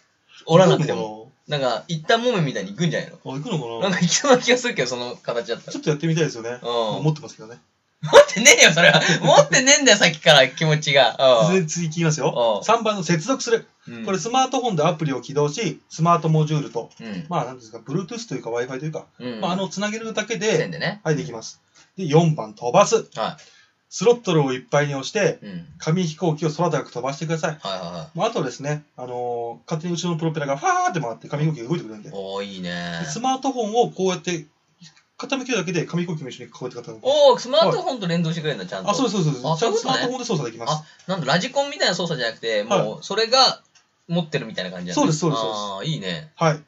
[SPEAKER 2] 折らなくても。なんか、一旦もめみたいにいくんじゃないの
[SPEAKER 1] あ行くのか
[SPEAKER 2] なんか
[SPEAKER 1] な
[SPEAKER 2] いきそうな気がするけど、その形だった
[SPEAKER 1] ち
[SPEAKER 2] ら。
[SPEAKER 1] ょっとやってみたいですよね。
[SPEAKER 2] うん
[SPEAKER 1] 持ってますけどね。
[SPEAKER 2] 持ってねえよ、それは。持ってねえんだよ、さっきから気持ちが。うん
[SPEAKER 1] で次いきますよ。
[SPEAKER 2] うん
[SPEAKER 1] 3番の接続する。
[SPEAKER 2] うん
[SPEAKER 1] これスマートフォンでアプリを起動し、スマートモジュールと、
[SPEAKER 2] うん。
[SPEAKER 1] まあなんですか、Bluetooth というか Wi-Fi というか、
[SPEAKER 2] うん
[SPEAKER 1] まああの、つなげるだけ
[SPEAKER 2] 線
[SPEAKER 1] で、
[SPEAKER 2] でね。
[SPEAKER 1] はい、できます。で、4番飛ばす。
[SPEAKER 2] は
[SPEAKER 1] スロットルをいっぱいに押して、
[SPEAKER 2] い。うん。はい
[SPEAKER 1] 紙飛行機を空高く飛ばしてください。
[SPEAKER 2] はいは
[SPEAKER 1] まああとはですね、あのー勝手に後ろのプロペラがファーって回って紙飛行機が動いてくれるんで
[SPEAKER 2] い。、おー、いいね
[SPEAKER 1] で。スマートフォンをこうやって傾けるだけで紙飛行機も一緒にこうやって傾ける。
[SPEAKER 2] おー、スマートフォンと連動してくれるんだ、ちゃんと。
[SPEAKER 1] あ、そうです、そうです。ちゃ
[SPEAKER 2] あ
[SPEAKER 1] んとス
[SPEAKER 2] そう
[SPEAKER 1] マ
[SPEAKER 2] いうことね
[SPEAKER 1] ートフォンで操作できます。
[SPEAKER 2] なんだ、ラジコンみたいな操作じゃなくて、もう、それが持ってるみたいな感じだね
[SPEAKER 1] そうですそうですそうです
[SPEAKER 2] ああ、いいね。
[SPEAKER 1] はい。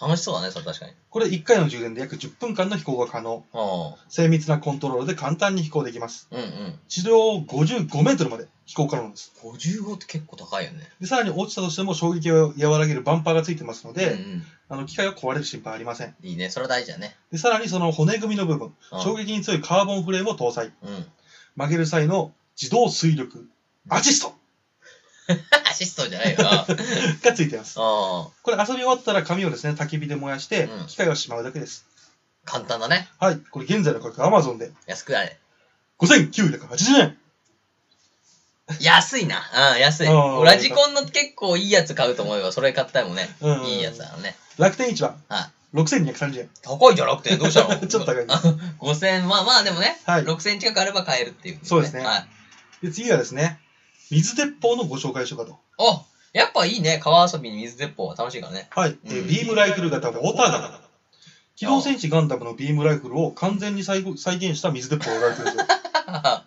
[SPEAKER 2] 楽しそうだね、それ確かに。
[SPEAKER 1] これ1回の充電で約10分間の飛行が可能。
[SPEAKER 2] ああ、
[SPEAKER 1] 精密なコントロールで簡単に飛行できます。
[SPEAKER 2] うんうん。
[SPEAKER 1] 地上55メートルまで飛行可能です。
[SPEAKER 2] 55って結構高いよね。
[SPEAKER 1] で、さらに落ちたとしても衝撃を和らげるバンパーがついてますので、
[SPEAKER 2] うんうん、
[SPEAKER 1] あの、機械が壊れる心配はありません。
[SPEAKER 2] いいね。それは大事だね。
[SPEAKER 1] で、さらにその骨組みの部分、
[SPEAKER 2] うん
[SPEAKER 1] 衝撃に強いカーボンフレームを搭載。
[SPEAKER 2] うん。
[SPEAKER 1] 曲げる際の自動推力、アシスト
[SPEAKER 2] アシストじゃないよな。
[SPEAKER 1] がついています。
[SPEAKER 2] うん。
[SPEAKER 1] これ遊び終わったら紙をですね、焚き火で燃やして
[SPEAKER 2] うん、
[SPEAKER 1] 機械をしまうだけです。
[SPEAKER 2] 簡単だね。
[SPEAKER 1] はい。これ現在の価格 Amazon で
[SPEAKER 2] 安くだね。
[SPEAKER 1] 5980円。
[SPEAKER 2] 安いな。うん、安い。
[SPEAKER 1] うん
[SPEAKER 2] ラジコンの結構いいやつ買うと思えば、それ買ったらもんね。
[SPEAKER 1] うん
[SPEAKER 2] いいやつだよね。
[SPEAKER 1] 楽天市場
[SPEAKER 2] は
[SPEAKER 1] 6230円。
[SPEAKER 2] 高いじゃなくて、どうしたの
[SPEAKER 1] ちょっと 高いです
[SPEAKER 2] 5000円、まあまあでもね、
[SPEAKER 1] はい
[SPEAKER 2] 6000円近くあれば買えるっていう、
[SPEAKER 1] そうですね
[SPEAKER 2] はい。
[SPEAKER 1] で、次はですね、水鉄砲のご紹介しようかと。
[SPEAKER 2] おやっぱいいね。川遊びに水鉄砲は楽しいからね。
[SPEAKER 1] はい。えー
[SPEAKER 2] うん
[SPEAKER 1] ビームライフル型ウォーターガン。機動戦士ガンダムのビームライフルを完全に再現再現した水鉄砲を描いてるんです よ。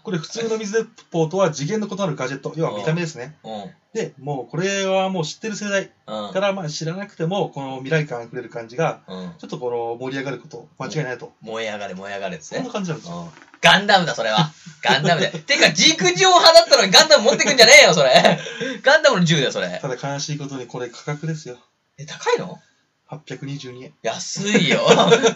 [SPEAKER 1] これ普通の水鉄砲とは次元の異なるガジェット、要は見た目ですね。
[SPEAKER 2] うん。うん。
[SPEAKER 1] で、もうこれはもう知ってる世代からまあ知らなくても、この未来感あふれる感じが、
[SPEAKER 2] うん。
[SPEAKER 1] ちょっとこの盛り上がること間違いないと。
[SPEAKER 2] 燃え上がれ、燃え上がれです
[SPEAKER 1] そん
[SPEAKER 2] ね
[SPEAKER 1] な。感じなんですよ。
[SPEAKER 2] うんガンダムだ、それは。ガンダムだ。 てか、軸上派だったのにガンダム持ってくんじゃねえよ、それ。 ガンダムの銃だよ、それ。
[SPEAKER 1] ただ悲しいことにこれ価格ですよ。
[SPEAKER 2] え、高いの
[SPEAKER 1] 822円。
[SPEAKER 2] 安いよ。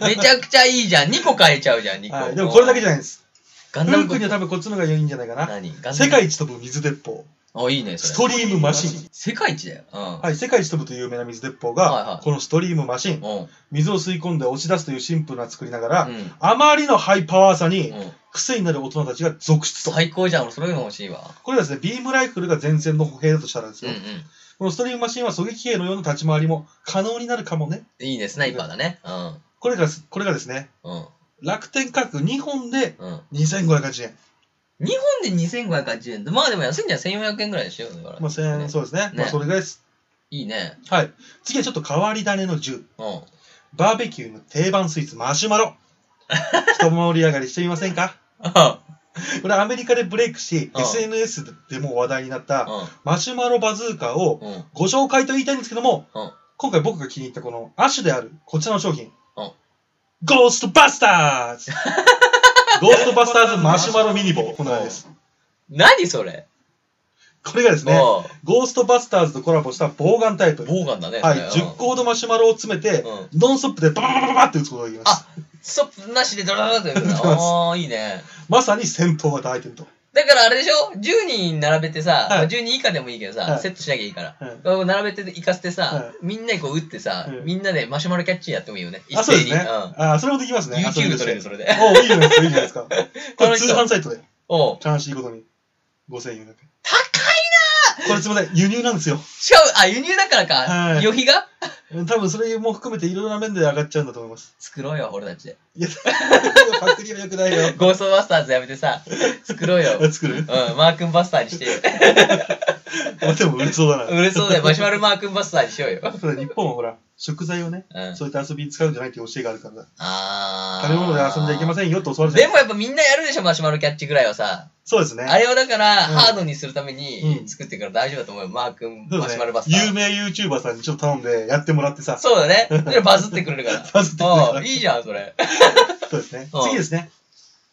[SPEAKER 2] めちゃくちゃいいじゃん。2個買えちゃうじゃん、2個。
[SPEAKER 1] はい。でもこれだけじゃないんです。
[SPEAKER 2] ガ
[SPEAKER 1] フ
[SPEAKER 2] ンダ
[SPEAKER 1] ル
[SPEAKER 2] ム
[SPEAKER 1] 君には多分こっちの方が良いんじゃないかな。
[SPEAKER 2] 何ガンダム
[SPEAKER 1] 世界一飛ぶ水鉄砲。
[SPEAKER 2] あ、いいね、それ。
[SPEAKER 1] ストリームマシン。
[SPEAKER 2] 世界一だよ。うん。
[SPEAKER 1] はい、世界一飛ぶという有名な水鉄砲
[SPEAKER 2] はいは
[SPEAKER 1] が
[SPEAKER 2] い、
[SPEAKER 1] このストリームマシン、
[SPEAKER 2] うん。
[SPEAKER 1] 水を吸い込んで押し出すというシンプルな作りながら、
[SPEAKER 2] うん
[SPEAKER 1] あまりのハイパワーさに、
[SPEAKER 2] うん
[SPEAKER 1] 癖になる大人たちが続出と。
[SPEAKER 2] 最高じゃん、俺、それいうの欲しいわ。
[SPEAKER 1] これはですね、ビームライフルが前線の歩兵だとしたらです
[SPEAKER 2] うん
[SPEAKER 1] よ、
[SPEAKER 2] うん。
[SPEAKER 1] このストリームマシンは狙撃兵のような立ち回りも可能になるかもね。
[SPEAKER 2] いいね、スナイパーだね。うん。
[SPEAKER 1] これが、これがですね、
[SPEAKER 2] うん。
[SPEAKER 1] 楽天価格2本で
[SPEAKER 2] うん。
[SPEAKER 1] 2580円。
[SPEAKER 2] 日本で2580円まあでも安いんじゃない1400円ぐらいでしょ。だから
[SPEAKER 1] まあ、1000円、
[SPEAKER 2] ね
[SPEAKER 1] そうですね。
[SPEAKER 2] ね
[SPEAKER 1] まあ、それぐらいです。
[SPEAKER 2] いいね。
[SPEAKER 1] はい。次はちょっと変わり種の銃。
[SPEAKER 2] うん。
[SPEAKER 1] バーベキューの定番スイーツ、マシュ マロ。一盛り上がりしてみませんか
[SPEAKER 2] あ
[SPEAKER 1] これアメリカでブレイクし、
[SPEAKER 2] うん
[SPEAKER 1] SNS でも話題になった
[SPEAKER 2] あ
[SPEAKER 1] マシュマロバズーカを
[SPEAKER 2] うん。うん。
[SPEAKER 1] ご紹介と言いたいんですけども
[SPEAKER 2] うん、
[SPEAKER 1] 今回僕が気に入ったこのアッシュであるこちらの商品
[SPEAKER 2] うん、
[SPEAKER 1] ゴーストバスター ズゴーストバスターズマシュマロミニボー、このようです。
[SPEAKER 2] 何それ
[SPEAKER 1] これがですね、
[SPEAKER 2] あ
[SPEAKER 1] ゴーストバスターズとコラボしたボウガンタイプ。
[SPEAKER 2] あボーガンだね。
[SPEAKER 1] はい、
[SPEAKER 2] それ
[SPEAKER 1] 10個ほどマシュマロを詰めて、
[SPEAKER 2] う
[SPEAKER 1] ノンストップでババババババって打つことができます。
[SPEAKER 2] ストップなしでドラドラドラって
[SPEAKER 1] 打 ってます
[SPEAKER 2] ああ、いいね。
[SPEAKER 1] まさに戦闘型アイテムと。
[SPEAKER 2] だからあれでしょ ?10 人並べてさ、
[SPEAKER 1] はい
[SPEAKER 2] まあ10人以下でもいいけどさ、
[SPEAKER 1] はい
[SPEAKER 2] セットしなきゃいいから。
[SPEAKER 1] はい
[SPEAKER 2] こう並べて行かせてさ、
[SPEAKER 1] はい
[SPEAKER 2] みんなでこう打ってさ、
[SPEAKER 1] うん
[SPEAKER 2] みんなでマシュマロキャッチやってもいいよね。
[SPEAKER 1] あ、そうですね。
[SPEAKER 2] 一斉に
[SPEAKER 1] あ、それもできます
[SPEAKER 2] うん
[SPEAKER 1] ね。遊び
[SPEAKER 2] YouTube
[SPEAKER 1] として
[SPEAKER 2] 撮れる、それで。
[SPEAKER 1] おいいじゃないですか、いいじゃないで すか。こ
[SPEAKER 2] 楽
[SPEAKER 1] れ
[SPEAKER 2] し
[SPEAKER 1] 通
[SPEAKER 2] そう
[SPEAKER 1] 販サイトで、
[SPEAKER 2] おう
[SPEAKER 1] 悲しいことに、5400円。
[SPEAKER 2] 高い
[SPEAKER 1] これすみません、輸入なんですよ。
[SPEAKER 2] しかも、あ、輸入だからか。
[SPEAKER 1] はい
[SPEAKER 2] 予備が
[SPEAKER 1] 多分それも含めていろんな面で上がっちゃうんだと思います。
[SPEAKER 2] 作ろうよ、俺たちで。
[SPEAKER 1] いや、パクリは良くないよ。
[SPEAKER 2] ゴーストバスターズやめてさ、作ろうよ。
[SPEAKER 1] 作る
[SPEAKER 2] うん、マー君バスターにしてよ。
[SPEAKER 1] まあでも売れそうだな。
[SPEAKER 2] 売れそうだよ。マシュマロマー君バスターにしようよ。
[SPEAKER 1] ただ日本はほら、食材をね、
[SPEAKER 2] うん。
[SPEAKER 1] そういった遊びに使うんじゃないっていう教えがあるからだ。
[SPEAKER 2] あー。
[SPEAKER 1] 食べ物で遊んじゃいけま
[SPEAKER 2] ん。
[SPEAKER 1] せんよって教わるじ
[SPEAKER 2] で
[SPEAKER 1] ゃん。
[SPEAKER 2] もやっぱみんなやるでしょ、マシュマロキャッチぐらいはさ。
[SPEAKER 1] そうですね。
[SPEAKER 2] あれをだから、
[SPEAKER 1] うん
[SPEAKER 2] ハードにするため
[SPEAKER 1] う
[SPEAKER 2] に
[SPEAKER 1] ん
[SPEAKER 2] 作ってるから大丈夫だと思うよ。マー君、
[SPEAKER 1] そう
[SPEAKER 2] マ
[SPEAKER 1] で
[SPEAKER 2] シュ
[SPEAKER 1] す
[SPEAKER 2] マ
[SPEAKER 1] ね
[SPEAKER 2] ロバスター。
[SPEAKER 1] 有名 YouTuber さんにちょっと頼んでやってもらってさ。
[SPEAKER 2] そうだね。それバズってくれるから。
[SPEAKER 1] バズってくれるから
[SPEAKER 2] うんいいじゃん、それ。
[SPEAKER 1] そうですね
[SPEAKER 2] うん。
[SPEAKER 1] 次ですね。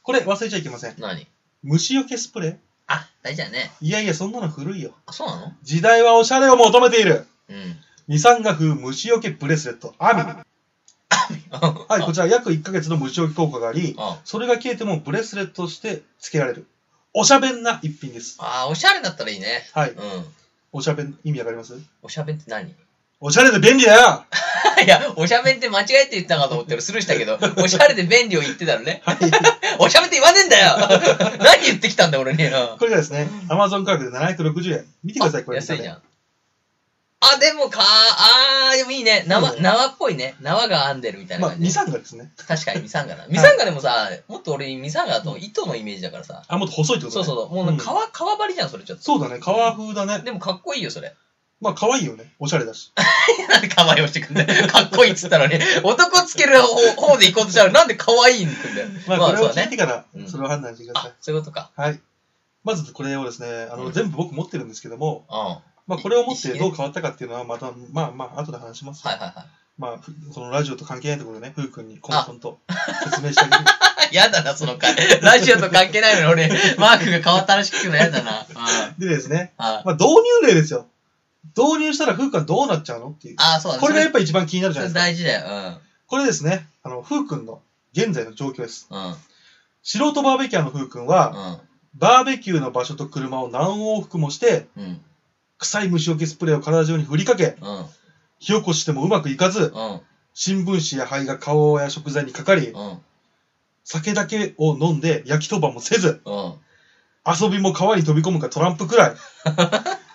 [SPEAKER 1] これ忘れちゃいけません。
[SPEAKER 2] 何
[SPEAKER 1] 虫除けスプレー
[SPEAKER 2] あ、大事だね。
[SPEAKER 1] いやいや、そんなの古いよ。
[SPEAKER 2] あ、そうなの
[SPEAKER 1] 時代はおしゃれを求めている。
[SPEAKER 2] うん。
[SPEAKER 1] 二酸化風虫除けブレスレット、アミ。
[SPEAKER 2] は
[SPEAKER 1] はい、こちら約1ヶ月の虫除け効果があり、
[SPEAKER 2] あ
[SPEAKER 1] それが消えてもブレスレットとして付けられる。おしゃべんな一品です。
[SPEAKER 2] あー、おしゃれだったらいいね。
[SPEAKER 1] はい。
[SPEAKER 2] うん。
[SPEAKER 1] おしゃべん、意味わかります
[SPEAKER 2] おしゃべんって何 い
[SPEAKER 1] おしゃれで便利だよ
[SPEAKER 2] や、おしゃべんって間違えて言ったかと思ってるスルーしたけど、 おしゃれで便利を言ってたのね。おしゃべんって言わねえんだ よ何言ってきたんだ俺に。うん
[SPEAKER 1] これがですね、Amazon 価格で760円。見てください、これ。
[SPEAKER 2] 安いじゃ
[SPEAKER 1] ん。
[SPEAKER 2] ん。あ、でもか、あー、でもいいね。縄、
[SPEAKER 1] そうね
[SPEAKER 2] 縄っぽいね。縄が編んでるみたいな
[SPEAKER 1] まあ、
[SPEAKER 2] 感
[SPEAKER 1] 二
[SPEAKER 2] じ。
[SPEAKER 1] 酸化ですね。
[SPEAKER 2] 確かにミサンガだ。ミサンガでもさ、もっと俺ミサンガと糸のイメージだからさ。
[SPEAKER 1] あ、もっと細いってこ
[SPEAKER 2] そ
[SPEAKER 1] と
[SPEAKER 2] う
[SPEAKER 1] ね。
[SPEAKER 2] そう
[SPEAKER 1] う
[SPEAKER 2] そう。もうなんか革、革張りじゃん、それちょっと。
[SPEAKER 1] そうだね、革風だね。
[SPEAKER 2] でもかっこいいよ、それ。
[SPEAKER 1] まあ、可愛いよね。おしゃれ だし。
[SPEAKER 2] なんで可愛いをしてくんだよ。かっこいいっつったのに。男つける方方で行こうとしたら、なんで可愛いに行くんだよ。
[SPEAKER 1] まあ、これ
[SPEAKER 2] そ
[SPEAKER 1] を
[SPEAKER 2] う
[SPEAKER 1] 聞
[SPEAKER 2] だ
[SPEAKER 1] いて
[SPEAKER 2] ね。
[SPEAKER 1] から
[SPEAKER 2] う、ん
[SPEAKER 1] それを判断してください
[SPEAKER 2] あ。、そういうことか。
[SPEAKER 1] はい。まず、これをですね、あ
[SPEAKER 2] う
[SPEAKER 1] の、
[SPEAKER 2] ん
[SPEAKER 1] 全部僕持ってるんですけども、
[SPEAKER 2] うん。はい
[SPEAKER 1] まあ、これを持ってどう変わったかっていうのは、また、まあまあ、後で話します。
[SPEAKER 2] はいはい。
[SPEAKER 1] まあ、ふそのラジオと関係ないところね、ふうくんにコンコンと説明してあ げる。
[SPEAKER 2] やだな、その回。ラジオと関係ないのに俺、マークが変わった話聞くのやだな。あ
[SPEAKER 1] でですね、
[SPEAKER 2] あ
[SPEAKER 1] まあ、導入例ですよ。導入したらふうくんはどうなっちゃうのっていう。
[SPEAKER 2] ああ、そうだね。
[SPEAKER 1] これがやっ
[SPEAKER 2] ぱ
[SPEAKER 1] ぱ一番気になるじ
[SPEAKER 2] そ
[SPEAKER 1] ゃな
[SPEAKER 2] れ
[SPEAKER 1] いですか。
[SPEAKER 2] 大事だよ。
[SPEAKER 1] これですね、あの、ふうくんの現在の状況です。
[SPEAKER 2] うん。うん。
[SPEAKER 1] 素人バーベキュアーのふうくんは、バーベキューの場所と車を何往復もして、
[SPEAKER 2] うん。うん。
[SPEAKER 1] 臭い虫除けスプレーを体中に振りかけ、
[SPEAKER 2] うん。
[SPEAKER 1] 火起こしてもうまくいかず、
[SPEAKER 2] うん。
[SPEAKER 1] 新聞紙や灰が顔や食材にかかり、
[SPEAKER 2] うん。
[SPEAKER 1] 酒だけを飲んで焼き当番もせず、
[SPEAKER 2] うん。
[SPEAKER 1] 遊びも川に飛び込むかトランプ くらい。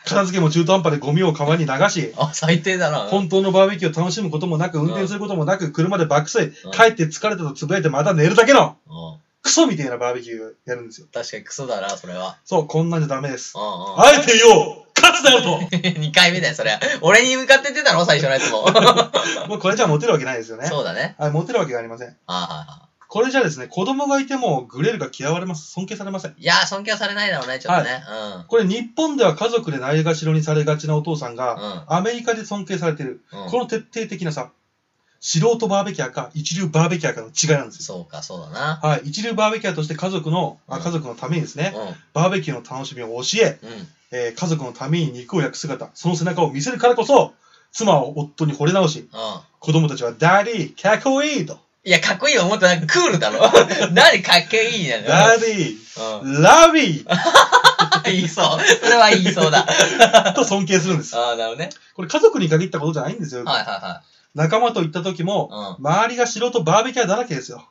[SPEAKER 1] 片付けも中途半端でゴミを川に流し、
[SPEAKER 2] あ、最低だな。
[SPEAKER 1] 本当のバーベキューを楽しむこともなく、運転することもなく、車で爆睡
[SPEAKER 2] うん、
[SPEAKER 1] 帰って疲れたとつぶやいてまた寝るだけの、
[SPEAKER 2] うん。
[SPEAKER 1] クソみたいなバーベキューやるんですよ。
[SPEAKER 2] 確かにクソだな、それは。
[SPEAKER 1] そう、こんなんじゃダメです。
[SPEAKER 2] うんうん。
[SPEAKER 1] あえて言おう勝つだよと
[SPEAKER 2] 2回目だよ、そりゃ。俺に向かって出たの最初のやつも。
[SPEAKER 1] もうこれじゃモテるわけないですよ ね。
[SPEAKER 2] そうだね。
[SPEAKER 1] はい、モテるわけがありません。
[SPEAKER 2] ああ。
[SPEAKER 1] これじゃですね、子供がいてもグレるが嫌われます。尊敬されません。
[SPEAKER 2] いやー、尊敬はされないだろうね、ちょっとね。
[SPEAKER 1] これ日本では家族でないがしろにされがちなお父さんが、アメリカで尊敬されてる。
[SPEAKER 2] うん。うん。
[SPEAKER 1] この徹底的なさ、素人バーベキュアか一流バーベキュアかの違いなんですよ。
[SPEAKER 2] そうか、そうだな。
[SPEAKER 1] はい、一流バーベキュアとして家族の、あ
[SPEAKER 2] うん
[SPEAKER 1] 家族のためにですね、
[SPEAKER 2] う
[SPEAKER 1] バーベキューの楽しみを教え、
[SPEAKER 2] ん。うん。
[SPEAKER 1] えー家族のために肉を焼く姿、その背中を見せるからこそ、妻を夫に惚れ直し、
[SPEAKER 2] うん。
[SPEAKER 1] 子供たちはダディ、かっこいいと、
[SPEAKER 2] いや、かっこいいはもっとなんかクールだ ろ。何かっけいいな
[SPEAKER 1] ダ
[SPEAKER 2] の
[SPEAKER 1] ディ、
[SPEAKER 2] うん。
[SPEAKER 1] ラビー
[SPEAKER 2] 言いそう。 それは言いそうだ。
[SPEAKER 1] と尊敬するんです。
[SPEAKER 2] ああ、なるほどね。
[SPEAKER 1] これ家族に限ったことじゃないんですよ。
[SPEAKER 2] はいは
[SPEAKER 1] 仲間と行った時
[SPEAKER 2] い
[SPEAKER 1] も、
[SPEAKER 2] はい。うん
[SPEAKER 1] 周りが素人バーベキュアだらけですよ。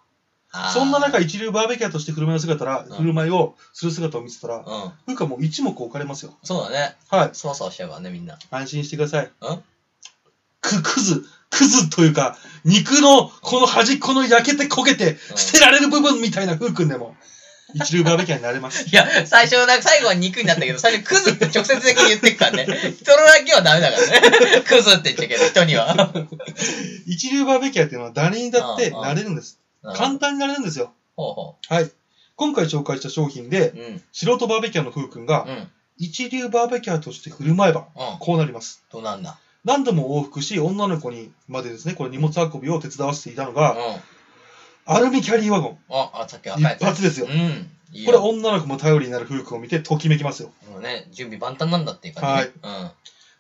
[SPEAKER 2] あー。
[SPEAKER 1] そんな中、一流バーベキュアとして振る舞いの姿ら、
[SPEAKER 2] うん
[SPEAKER 1] 振る舞いをする姿を見てたら、
[SPEAKER 2] うん。
[SPEAKER 1] ふうかもう一目置かれますよ。
[SPEAKER 2] そうだね。
[SPEAKER 1] はい。
[SPEAKER 2] そわそわしちゃうからね、みんな。
[SPEAKER 1] 安心してください。く、くず、くずというか、肉のこの端っこの焼けて焦げて、捨てられる部分みたいなふうくんでも、一流バーベキュアになれ ます。
[SPEAKER 2] いや、最初、なんか最後は肉になったけど、最初、クズって直接的に言ってくからね。人のだけはダメだからね。ク ズって言っちゃうけど、人には。
[SPEAKER 1] 一流バーベキュアっていうのは誰にだって
[SPEAKER 2] うんうん
[SPEAKER 1] なれるんです。
[SPEAKER 2] うん
[SPEAKER 1] 簡単になれるんですよ。
[SPEAKER 2] ほうほ
[SPEAKER 1] はい。今回紹介した商品で
[SPEAKER 2] う。、うん。うん。
[SPEAKER 1] 素人バーベキュアのふうくん
[SPEAKER 2] う
[SPEAKER 1] が、
[SPEAKER 2] ん。
[SPEAKER 1] 一流バーベキュアとして振る舞えば、こうなります。
[SPEAKER 2] どうなんだ。
[SPEAKER 1] 何度も往復し、女の子にまでですね、これ荷物運びを手伝わせていたの
[SPEAKER 2] うん
[SPEAKER 1] が、。アルミキャリーワゴン。
[SPEAKER 2] あ、あ、さっき赤い
[SPEAKER 1] 一
[SPEAKER 2] やつ。
[SPEAKER 1] 発ですよ
[SPEAKER 2] う。ん。いい
[SPEAKER 1] これ
[SPEAKER 2] よ。
[SPEAKER 1] 女の子も頼りになる夫婦を見てときめきますよ。
[SPEAKER 2] もうね、準備万端なんだっていう感じね。はい。うん。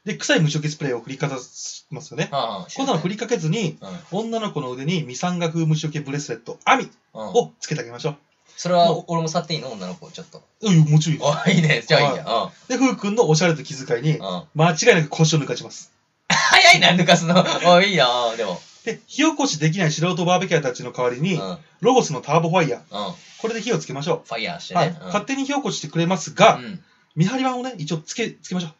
[SPEAKER 1] で、臭い無色スプレーを振りかざしますよね。
[SPEAKER 2] ああ、
[SPEAKER 1] こんなの振りかけずに、
[SPEAKER 2] うん。
[SPEAKER 1] 女の子の腕にミサンガ風無色ブレスレット、アミ
[SPEAKER 2] うん。
[SPEAKER 1] をつけてあげましょ
[SPEAKER 2] それは、俺も触っていいの女の子、ちょっと。
[SPEAKER 1] う。うん、もちろんいいで
[SPEAKER 2] あ、いいね。じゃあいいじゃん。うん。
[SPEAKER 1] す。で、夫婦のおしゃれと気遣いに、
[SPEAKER 2] うん。
[SPEAKER 1] 間違いなく腰を抜かします。
[SPEAKER 2] 早いな、抜かすの。おいいな、うんでも。
[SPEAKER 1] で、火起こしできない素人バーベキュアたちの代わり
[SPEAKER 2] うん。
[SPEAKER 1] に
[SPEAKER 2] う、ん。
[SPEAKER 1] ロゴスのターボファイヤー、
[SPEAKER 2] フ
[SPEAKER 1] これで火をつけましょ
[SPEAKER 2] ァイヤーし
[SPEAKER 1] う。
[SPEAKER 2] て
[SPEAKER 1] はい。
[SPEAKER 2] ね。うん
[SPEAKER 1] 勝手に火起こししてくれますが、
[SPEAKER 2] うん。
[SPEAKER 1] 見張り板をね、一応つけ、つけましょう。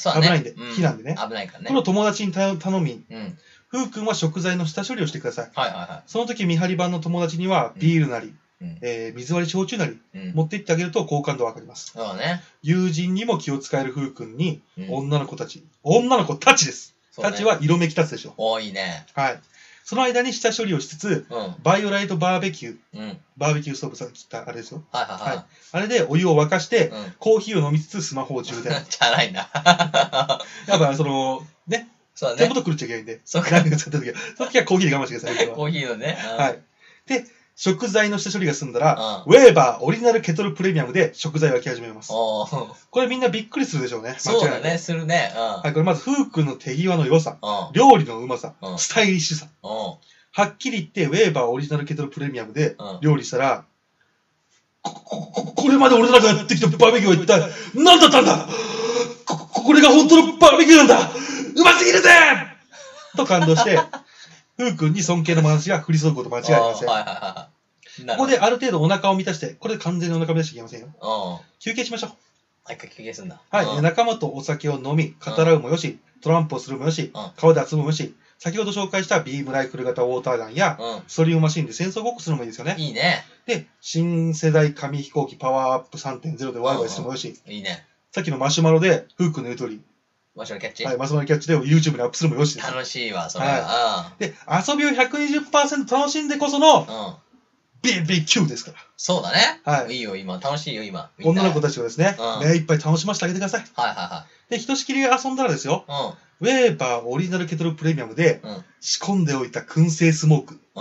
[SPEAKER 2] そうだね。
[SPEAKER 1] 危ないんで
[SPEAKER 2] う
[SPEAKER 1] 火なんでね
[SPEAKER 2] 危ないから
[SPEAKER 1] これ
[SPEAKER 2] ね。
[SPEAKER 1] を友達に頼頼み、
[SPEAKER 2] うん。はい
[SPEAKER 1] ふうくんは食材の下処理をしてください。
[SPEAKER 2] はいは
[SPEAKER 1] その時、見張り板の友達には、ビールなり、
[SPEAKER 2] い。うん。
[SPEAKER 1] えー水割り焼酎なり、
[SPEAKER 2] うん。
[SPEAKER 1] 持って行ってあげると好感度は上がります。
[SPEAKER 2] そうだね。
[SPEAKER 1] 友人にも気を使えるふうくんに、
[SPEAKER 2] うん
[SPEAKER 1] 女の子たち、女の子たちです。
[SPEAKER 2] そうだ
[SPEAKER 1] た
[SPEAKER 2] ね
[SPEAKER 1] ちは色めき立つでしょ
[SPEAKER 2] おーいいね。
[SPEAKER 1] う。はい。その間に下処理をしつつ、
[SPEAKER 2] うん。うん。
[SPEAKER 1] バイオライトバーベキュー、
[SPEAKER 2] はい
[SPEAKER 1] バーベキューストーブさっき言ったあれですよ。
[SPEAKER 2] は
[SPEAKER 1] あれでお湯を沸かし
[SPEAKER 2] い
[SPEAKER 1] て、
[SPEAKER 2] はい。うん。
[SPEAKER 1] コーヒーを飲みつつスマホを充電。
[SPEAKER 2] チャラいな。
[SPEAKER 1] やっぱその、ね、
[SPEAKER 2] そう
[SPEAKER 1] 手
[SPEAKER 2] だね。
[SPEAKER 1] 元狂っちゃいけないんで、
[SPEAKER 2] そうか
[SPEAKER 1] 何。が使った時は、その時はコーヒーで我慢してください僕は。
[SPEAKER 2] コーヒーのね。うん
[SPEAKER 1] はい。で、食材の下処理が済んだら、ウェーバーオリジナルケトルプレミアムで食材を焼き始めます。
[SPEAKER 2] おー
[SPEAKER 1] これみんなびっくりするでしょうね。間違
[SPEAKER 2] そ
[SPEAKER 1] い
[SPEAKER 2] う
[SPEAKER 1] な
[SPEAKER 2] だ
[SPEAKER 1] く。
[SPEAKER 2] ね、するね。
[SPEAKER 1] はい、これまず、フー君の手際の良さ、
[SPEAKER 2] うん。うん。
[SPEAKER 1] 料理のうまさ
[SPEAKER 2] う、ん
[SPEAKER 1] スタイリッシュさ。
[SPEAKER 2] うん。
[SPEAKER 1] はっきり言って、ウェーバーオリジナルケトルプレミアムで
[SPEAKER 2] うん
[SPEAKER 1] 料理したら、こ、こ、こ、これまで俺らがやってきたバーベキューは一体何だったんだこ、ここれが本当のバーベキューなんだうますぎるぜと感 動して、フー君に尊敬の眼差しが降り注ぐこと間違いありません
[SPEAKER 2] おー。はいはいはいはい。なるほど
[SPEAKER 1] ここである程度お腹を満たして、これで完全にお腹を満たしていきませんよ。
[SPEAKER 2] うん。
[SPEAKER 1] 休憩しましょう。
[SPEAKER 2] あ、一回休憩すんだ。
[SPEAKER 1] はい。
[SPEAKER 2] うん
[SPEAKER 1] 仲間とお酒を飲み、語らうもよし、トランプをするもよし
[SPEAKER 2] うん、
[SPEAKER 1] 川で遊ぶもよし、先ほど紹介したビームライフル型ウォーターガンや、
[SPEAKER 2] う
[SPEAKER 1] ストリームマシンで戦争ごっこするのもいいですよ
[SPEAKER 2] ん。
[SPEAKER 1] ね。
[SPEAKER 2] いいね。
[SPEAKER 1] で、新世代紙飛行機パワーアップ3.0でワイワイするもよし、
[SPEAKER 2] いいね。
[SPEAKER 1] さっきのマシュマロで、フー君の言う通り、
[SPEAKER 2] マシュマロキャッチ、
[SPEAKER 1] はい、マシュマロキャッチで YouTube にアップするもよしです。
[SPEAKER 2] 楽しいわ、それは。
[SPEAKER 1] で、遊びを120%楽しんでこその
[SPEAKER 2] うん。うん。
[SPEAKER 1] BBQ ですから。
[SPEAKER 2] そうだね。
[SPEAKER 1] はい
[SPEAKER 2] いいよ、今。楽しいよ、今。みんな
[SPEAKER 1] 女の子たちをですね、
[SPEAKER 2] うん
[SPEAKER 1] 目いっぱい楽しませてあげてください。
[SPEAKER 2] はいは
[SPEAKER 1] で、ひとしきり遊んだらですよ、
[SPEAKER 2] いは
[SPEAKER 1] ウェーバーオリジナルケトルプレミアムで
[SPEAKER 2] い。うん。うん。
[SPEAKER 1] 仕込んでおいた燻製スモーク、
[SPEAKER 2] う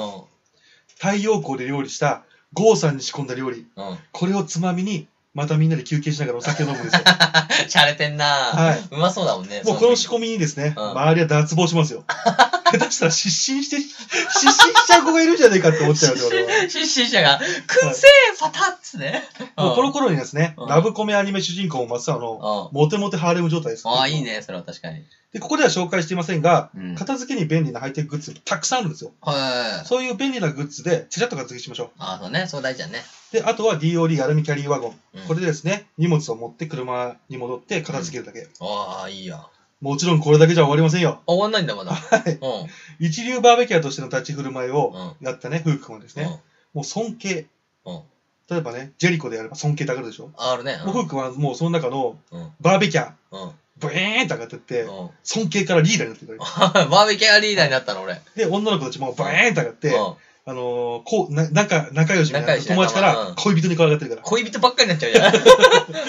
[SPEAKER 1] 太陽光で料理したゴーさんに仕込んだ料理、
[SPEAKER 2] ん。うん。
[SPEAKER 1] これをつまみに、またみんなで休憩しながらお酒を飲むんですよ。
[SPEAKER 2] しゃれてんな
[SPEAKER 1] はいう
[SPEAKER 2] まそうだも んね。
[SPEAKER 1] もうこの仕
[SPEAKER 2] そ
[SPEAKER 1] 込みにですね、
[SPEAKER 2] うん
[SPEAKER 1] 周りは脱帽しま すよ。下手したら失神して、失神しちゃう子がいるんじゃねえかって思っちゃうんですよ、俺は。
[SPEAKER 2] 出身者が、燻製パタッつね。
[SPEAKER 1] もうこの頃にですね、
[SPEAKER 2] うん
[SPEAKER 1] ラブコメアニメ主人公を松沢の、
[SPEAKER 2] うん。
[SPEAKER 1] モテモテハーレム状態です。
[SPEAKER 2] ああ、いいね、それは確かに。
[SPEAKER 1] で、ここでは紹介していませんが、
[SPEAKER 2] うん。はい。
[SPEAKER 1] 片付けに便利なハイテクグッズたくさんあるんですよ。
[SPEAKER 2] あ
[SPEAKER 1] そういう便利なグッズで、ちらっと片付けしましょ
[SPEAKER 2] あ、そうね、そう大事だね。
[SPEAKER 1] う。で、あとは DOD アルミキャリーワゴン。
[SPEAKER 2] うん
[SPEAKER 1] これでですね、荷物を持って車に戻って片付けるだけ。
[SPEAKER 2] ああ、いいや。あ
[SPEAKER 1] もちろんこれだけじゃ終わりませんよ。
[SPEAKER 2] 終わんないんだ、まだ。
[SPEAKER 1] はい
[SPEAKER 2] うん。
[SPEAKER 1] 一流バーベキュアとしての立ち振る舞いを
[SPEAKER 2] うん。
[SPEAKER 1] やったね、フーク君はですね、
[SPEAKER 2] うん。
[SPEAKER 1] もう尊敬。
[SPEAKER 2] うん
[SPEAKER 1] 例えばね、ジェリコでやれば尊敬って上がるでしょ。
[SPEAKER 2] あるね。
[SPEAKER 1] もうフーク君はもうその中の
[SPEAKER 2] うん。うん。
[SPEAKER 1] バーベキュア、
[SPEAKER 2] うん。
[SPEAKER 1] ブエーンって上がってって、
[SPEAKER 2] うん。
[SPEAKER 1] 尊敬からリーダーになってくる。
[SPEAKER 2] バーベキュアリーダーになったの、俺。
[SPEAKER 1] で、女の子たちもブエーンって上がって、
[SPEAKER 2] うん。
[SPEAKER 1] あのーこう、な、仲、仲良しみたいな
[SPEAKER 2] 仲良し
[SPEAKER 1] 友達か
[SPEAKER 2] 仲間う
[SPEAKER 1] ら
[SPEAKER 2] ん
[SPEAKER 1] 恋人に可愛がってるから。
[SPEAKER 2] 恋人ばっかりになっちゃうじ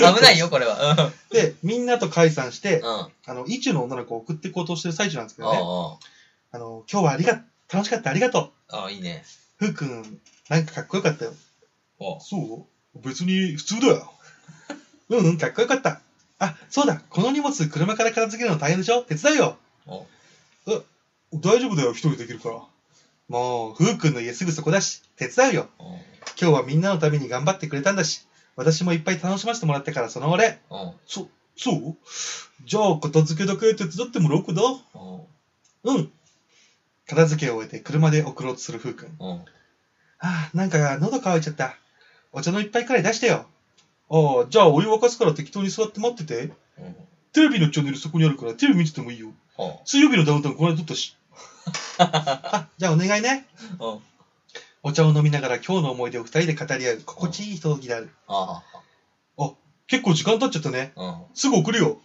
[SPEAKER 2] ゃん。危ないよ、これは。
[SPEAKER 1] で、みんなと解散して
[SPEAKER 2] うん。、うん。
[SPEAKER 1] あの、意中の女の子を送っていこうとしてる最中なんですけど
[SPEAKER 2] あ
[SPEAKER 1] ね、あのー今日はありが、楽しかった、ありがと
[SPEAKER 2] あ、ああ、いいね。
[SPEAKER 1] う。ふうくん、なんかかっこよかったよ。
[SPEAKER 2] お
[SPEAKER 1] そう別に普通だよ。 うんうん、かっこよかった。あ、そうだ、この荷物、車から片付けるの大変でしょ手伝うよ。
[SPEAKER 2] お
[SPEAKER 1] 大丈夫だよ、一人できるから。もう、ふうくんの家すぐそこだし、手伝うよ。
[SPEAKER 2] お
[SPEAKER 1] 今日はみんなのために頑張ってくれたんだし、私もいっぱい楽しませてもらったから、その俺。
[SPEAKER 2] お
[SPEAKER 1] そ、そうじゃあ、片付けだけ手伝ってもらおうかな。
[SPEAKER 2] お
[SPEAKER 1] うん。片付けを終えて車で送ろうとするふうくん。
[SPEAKER 2] お
[SPEAKER 1] ああ、なんか喉乾いちゃった。お茶の一杯くらい出してよ。ああ、じゃあお湯沸かすから適当に座って待ってて。テレビのチャンネルそこにあるからテレビ見ててもいいよ。
[SPEAKER 2] お
[SPEAKER 1] 水曜日のダウンタウンこの間撮った し。あ、じゃあお願いね。
[SPEAKER 2] お
[SPEAKER 1] お茶を飲みながら今日の思い出を二人で語り合う心地いいひとときである。
[SPEAKER 2] あ
[SPEAKER 1] 結構時間経っちゃったね。
[SPEAKER 2] あ、うん。
[SPEAKER 1] すぐ送るよ。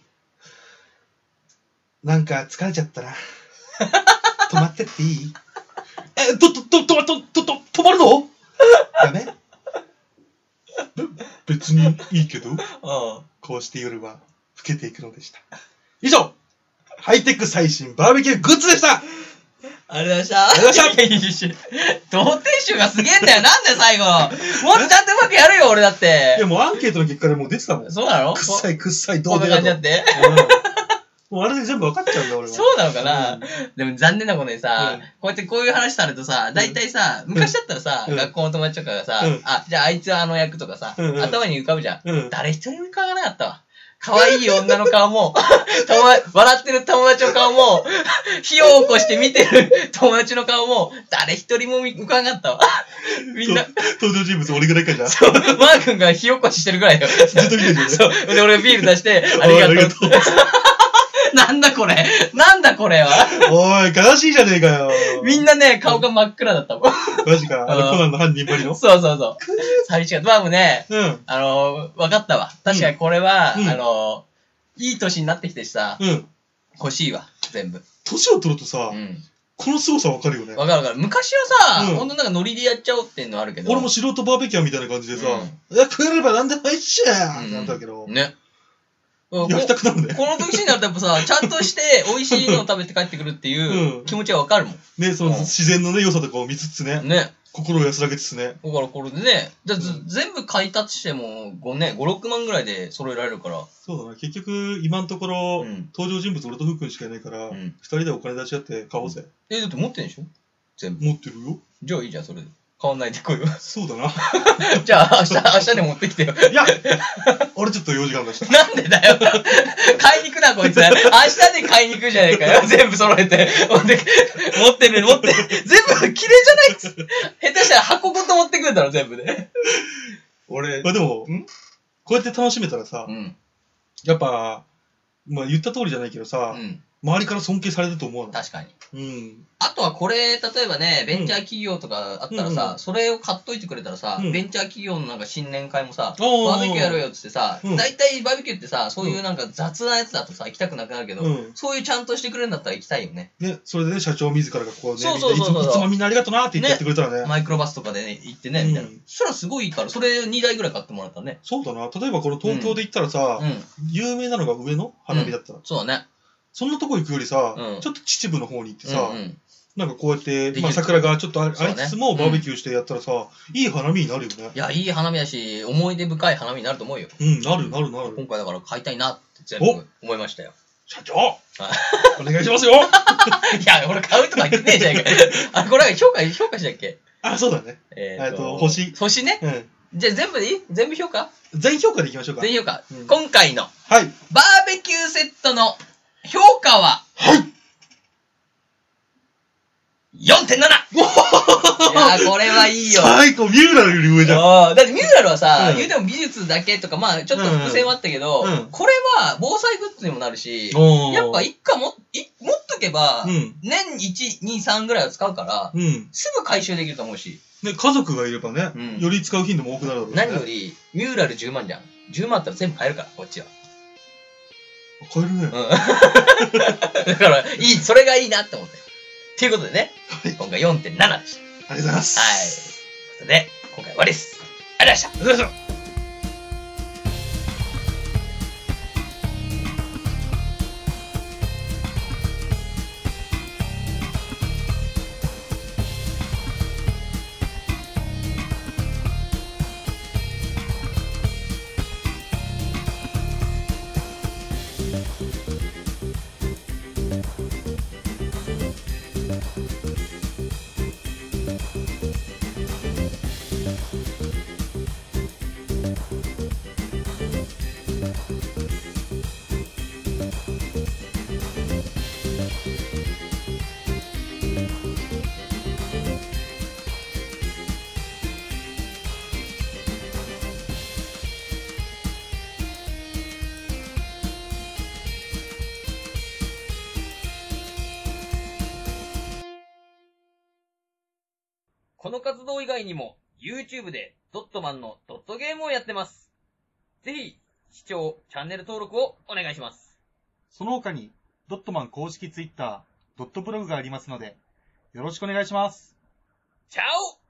[SPEAKER 1] なんか疲れちゃったな。 止まってっていいえ、と、と、と、と、と、と、と、止まるのダメべ 別にいいけど、こうして夜は更けていくのでした。以上、ハイテク最新バーベキューグッズでした
[SPEAKER 2] ありがとうございました。
[SPEAKER 1] ありがとうございました
[SPEAKER 2] いやいやい やいや同店主がすげえんだよ。なんで最後。もっとちゃんとうまくやるよ、俺だっ
[SPEAKER 1] いや
[SPEAKER 2] て。
[SPEAKER 1] もうアンケートの結果でもう出てたもん。くっ
[SPEAKER 2] そうなの
[SPEAKER 1] さいくっさいど
[SPEAKER 2] こ
[SPEAKER 1] うん
[SPEAKER 2] な
[SPEAKER 1] でだ
[SPEAKER 2] 感じだ
[SPEAKER 1] と
[SPEAKER 2] っ。て。
[SPEAKER 1] うんもうあれで全部分かっちゃうんだ俺は。
[SPEAKER 2] そうなのかな、
[SPEAKER 1] うん
[SPEAKER 2] でも残念なことにさ、
[SPEAKER 1] うん
[SPEAKER 2] こうやってこういう話されるとさ、大体さ、
[SPEAKER 1] ん
[SPEAKER 2] 昔だったらさ、
[SPEAKER 1] うん
[SPEAKER 2] 学校の友達とかがさ、
[SPEAKER 1] うん
[SPEAKER 2] あ、じゃああいつはあの役とかさ、
[SPEAKER 1] うんうん
[SPEAKER 2] 頭に浮かぶじゃん。
[SPEAKER 1] うん
[SPEAKER 2] 誰一人浮かばなかったわ。可愛い女の顔も、 友達笑ってる友達の顔も、火を起こして見て る友達の顔も、誰一人も浮かんなかったわ。みんな、
[SPEAKER 1] 登場人物俺ぐらいかじゃん。ず
[SPEAKER 2] そう、マー君が火起こししてるぐらいだよ。
[SPEAKER 1] っと見てるよね。
[SPEAKER 2] で、俺ビール出して、ありがとう。
[SPEAKER 1] おい
[SPEAKER 2] なんだこれ なんだこれは
[SPEAKER 1] おい、悲しいじゃねえかよ。
[SPEAKER 2] みんなね、顔が真っ暗だったもん。
[SPEAKER 1] マジか。あ
[SPEAKER 2] う
[SPEAKER 1] の、
[SPEAKER 2] ん
[SPEAKER 1] コナンの犯人ばりの。
[SPEAKER 2] そうそうそう。寂しかった。まあもうね、
[SPEAKER 1] うん。うん。
[SPEAKER 2] あのー、分かったわ。確かにこれは、
[SPEAKER 1] うん
[SPEAKER 2] あのー、いい年になってきてさ、欲しいわ。全部。
[SPEAKER 1] 年を取るとさ
[SPEAKER 2] う、ん。
[SPEAKER 1] この凄さわかるよね
[SPEAKER 2] わ。かるわかる。昔はさ、
[SPEAKER 1] うん
[SPEAKER 2] ほんとなんかノリでやっちゃおうっていうのはあるけど。
[SPEAKER 1] 俺も素人バーベキュアみたいな感じでさ、
[SPEAKER 2] う
[SPEAKER 1] いや、食えれば何でもいいっしょ
[SPEAKER 2] うん
[SPEAKER 1] ってなったけど、
[SPEAKER 2] ね。こ
[SPEAKER 1] やりたくなるね。
[SPEAKER 2] この年になるとやっぱさ、ちゃんとして美味しいのを食べて帰ってくるっていううん気持ちはわかるもん。
[SPEAKER 1] ね、その
[SPEAKER 2] うん
[SPEAKER 1] 自然のね、良さとかを見つつね、
[SPEAKER 2] ね。
[SPEAKER 1] 心を安らげつつね。
[SPEAKER 2] だからこれでね、だず
[SPEAKER 1] うん
[SPEAKER 2] 全部買い立しても5ね、5、6万ぐらいで揃えられるから。
[SPEAKER 1] そうだな、結局、今のところ、
[SPEAKER 2] うん
[SPEAKER 1] 登場人物俺とふっくんしかいないから、
[SPEAKER 2] う
[SPEAKER 1] 二
[SPEAKER 2] ん。
[SPEAKER 1] 人でお金出し合って買おうぜ。
[SPEAKER 2] え、だって持ってんでしょ全部。
[SPEAKER 1] 持ってるよ。
[SPEAKER 2] じゃあいいじゃん、それで。買わないで来いよ。
[SPEAKER 1] そうだな。
[SPEAKER 2] じゃあ明日、明日で持ってきてよ。
[SPEAKER 1] いや、俺ちょっと用事があるんだし。
[SPEAKER 2] なんでだよ。 買いに行くな、こいつ。明日で買いに行くじゃねえかよ。 全部揃えて。持って、持ってる、持って。全部、綺麗じゃないっつ。 下手したら箱ごと持ってくんだろ、全部 で。俺
[SPEAKER 1] まあでも
[SPEAKER 2] ん、
[SPEAKER 1] こうやって楽しめたらさ
[SPEAKER 2] う、ん。
[SPEAKER 1] やっぱ、まあ言った通りじゃないけど
[SPEAKER 2] う
[SPEAKER 1] さ、
[SPEAKER 2] ん。
[SPEAKER 1] 周りから尊敬されると思わない。
[SPEAKER 2] 確かに。
[SPEAKER 1] うん。
[SPEAKER 2] あとはこれ、例えばね、ベンチャー企業とかあったらさ、
[SPEAKER 1] うんうん
[SPEAKER 2] それを買っといてくれたらさ、
[SPEAKER 1] うん
[SPEAKER 2] ベンチャー企業のなんか新年会もさ、
[SPEAKER 1] おー
[SPEAKER 2] バーベキューやろうよっつってさ、
[SPEAKER 1] うん
[SPEAKER 2] 大体バーベキューってさ、そういううんなんか雑なやつだとさ、行きたくなくなるけど、
[SPEAKER 1] うん
[SPEAKER 2] そういうちゃんとしてくれるんだったら行きたいよね。
[SPEAKER 1] ね、それでね、社長自らがこうね、
[SPEAKER 2] そうそうそうそう
[SPEAKER 1] みんないつもいつもみんなありがとうなって言ってやってくれたらね。
[SPEAKER 2] マイクロバスとかでね、行ってね、みたいな。
[SPEAKER 1] うん
[SPEAKER 2] そしたらすごいいいから、それ2台ぐらい買ってもらったらね。
[SPEAKER 1] そうだな。例えばこの東京で行ったらさ、
[SPEAKER 2] うん。
[SPEAKER 1] 有名なのが上野花火だったら。
[SPEAKER 2] そうだね。
[SPEAKER 1] そんなとこ行くよりさ、
[SPEAKER 2] うん
[SPEAKER 1] ちょっと秩父の方に行ってさ、
[SPEAKER 2] うんうん、
[SPEAKER 1] なんかこうやっ
[SPEAKER 2] で
[SPEAKER 1] て
[SPEAKER 2] き、る
[SPEAKER 1] まあ、桜がちょっとあり
[SPEAKER 2] そうね
[SPEAKER 1] ありつつもバーベキューしてやったらさ、いい花見になるよね
[SPEAKER 2] い。や、いい花見だし、思い出深い花見になると思うよ。
[SPEAKER 1] うん、なるなるなる。
[SPEAKER 2] 今回だから買いたいなって全部思いましたよ。
[SPEAKER 1] 社長お願いしますよ
[SPEAKER 2] いや、俺買うとか言ってねえじゃんか。 あ、これは評価、評価したっけ
[SPEAKER 1] あ、そうだね。
[SPEAKER 2] え
[SPEAKER 1] えーと星
[SPEAKER 2] 星ね。
[SPEAKER 1] うん。
[SPEAKER 2] じゃあ全部でいい全部評価
[SPEAKER 1] 全評価でいきましょうか。
[SPEAKER 2] 全評価、
[SPEAKER 1] うん
[SPEAKER 2] 今回の
[SPEAKER 1] はい。
[SPEAKER 2] バーベキューセットの評価は、
[SPEAKER 1] はい
[SPEAKER 2] 4.7いやー、これはいいよ。
[SPEAKER 1] 最高ミューラルより上じゃん。
[SPEAKER 2] あーだってミューラルはさ、
[SPEAKER 1] うん
[SPEAKER 2] 言うても美術だけとか、まあちょっと伏線はあったけど、
[SPEAKER 1] うんうん
[SPEAKER 2] これは防災グッズにもなるし、
[SPEAKER 1] おー
[SPEAKER 2] やっぱ一家も、い持っとけば、
[SPEAKER 1] うん。
[SPEAKER 2] 年1、2、3ぐらいは使うから、
[SPEAKER 1] うん。
[SPEAKER 2] すぐ回収できると思うし、
[SPEAKER 1] ね、家族がいればね、
[SPEAKER 2] うん
[SPEAKER 1] より使う頻度も多くなるだろうね。
[SPEAKER 2] 何より、ミューラル10万じゃん。10万あったら全部買えるから、こっちは。
[SPEAKER 1] 超えるね。
[SPEAKER 2] うん。 だから、いい、それがいいなって思って。ということでね、
[SPEAKER 1] はい。
[SPEAKER 2] 今回4.7でした。はい。とい
[SPEAKER 1] ありがとうございます。
[SPEAKER 2] うことで、今回は終わりです。ありがとうございました。
[SPEAKER 1] ありがとうございました。
[SPEAKER 2] この活動以外にも、YouTube でドットマンのドットゲームをやってます。ぜひ、視聴、チャンネル登録をお願いします。
[SPEAKER 3] その他に、ドットマン公式ツイッター、ドットブログがありますので、よろしくお願いします。
[SPEAKER 2] チャオ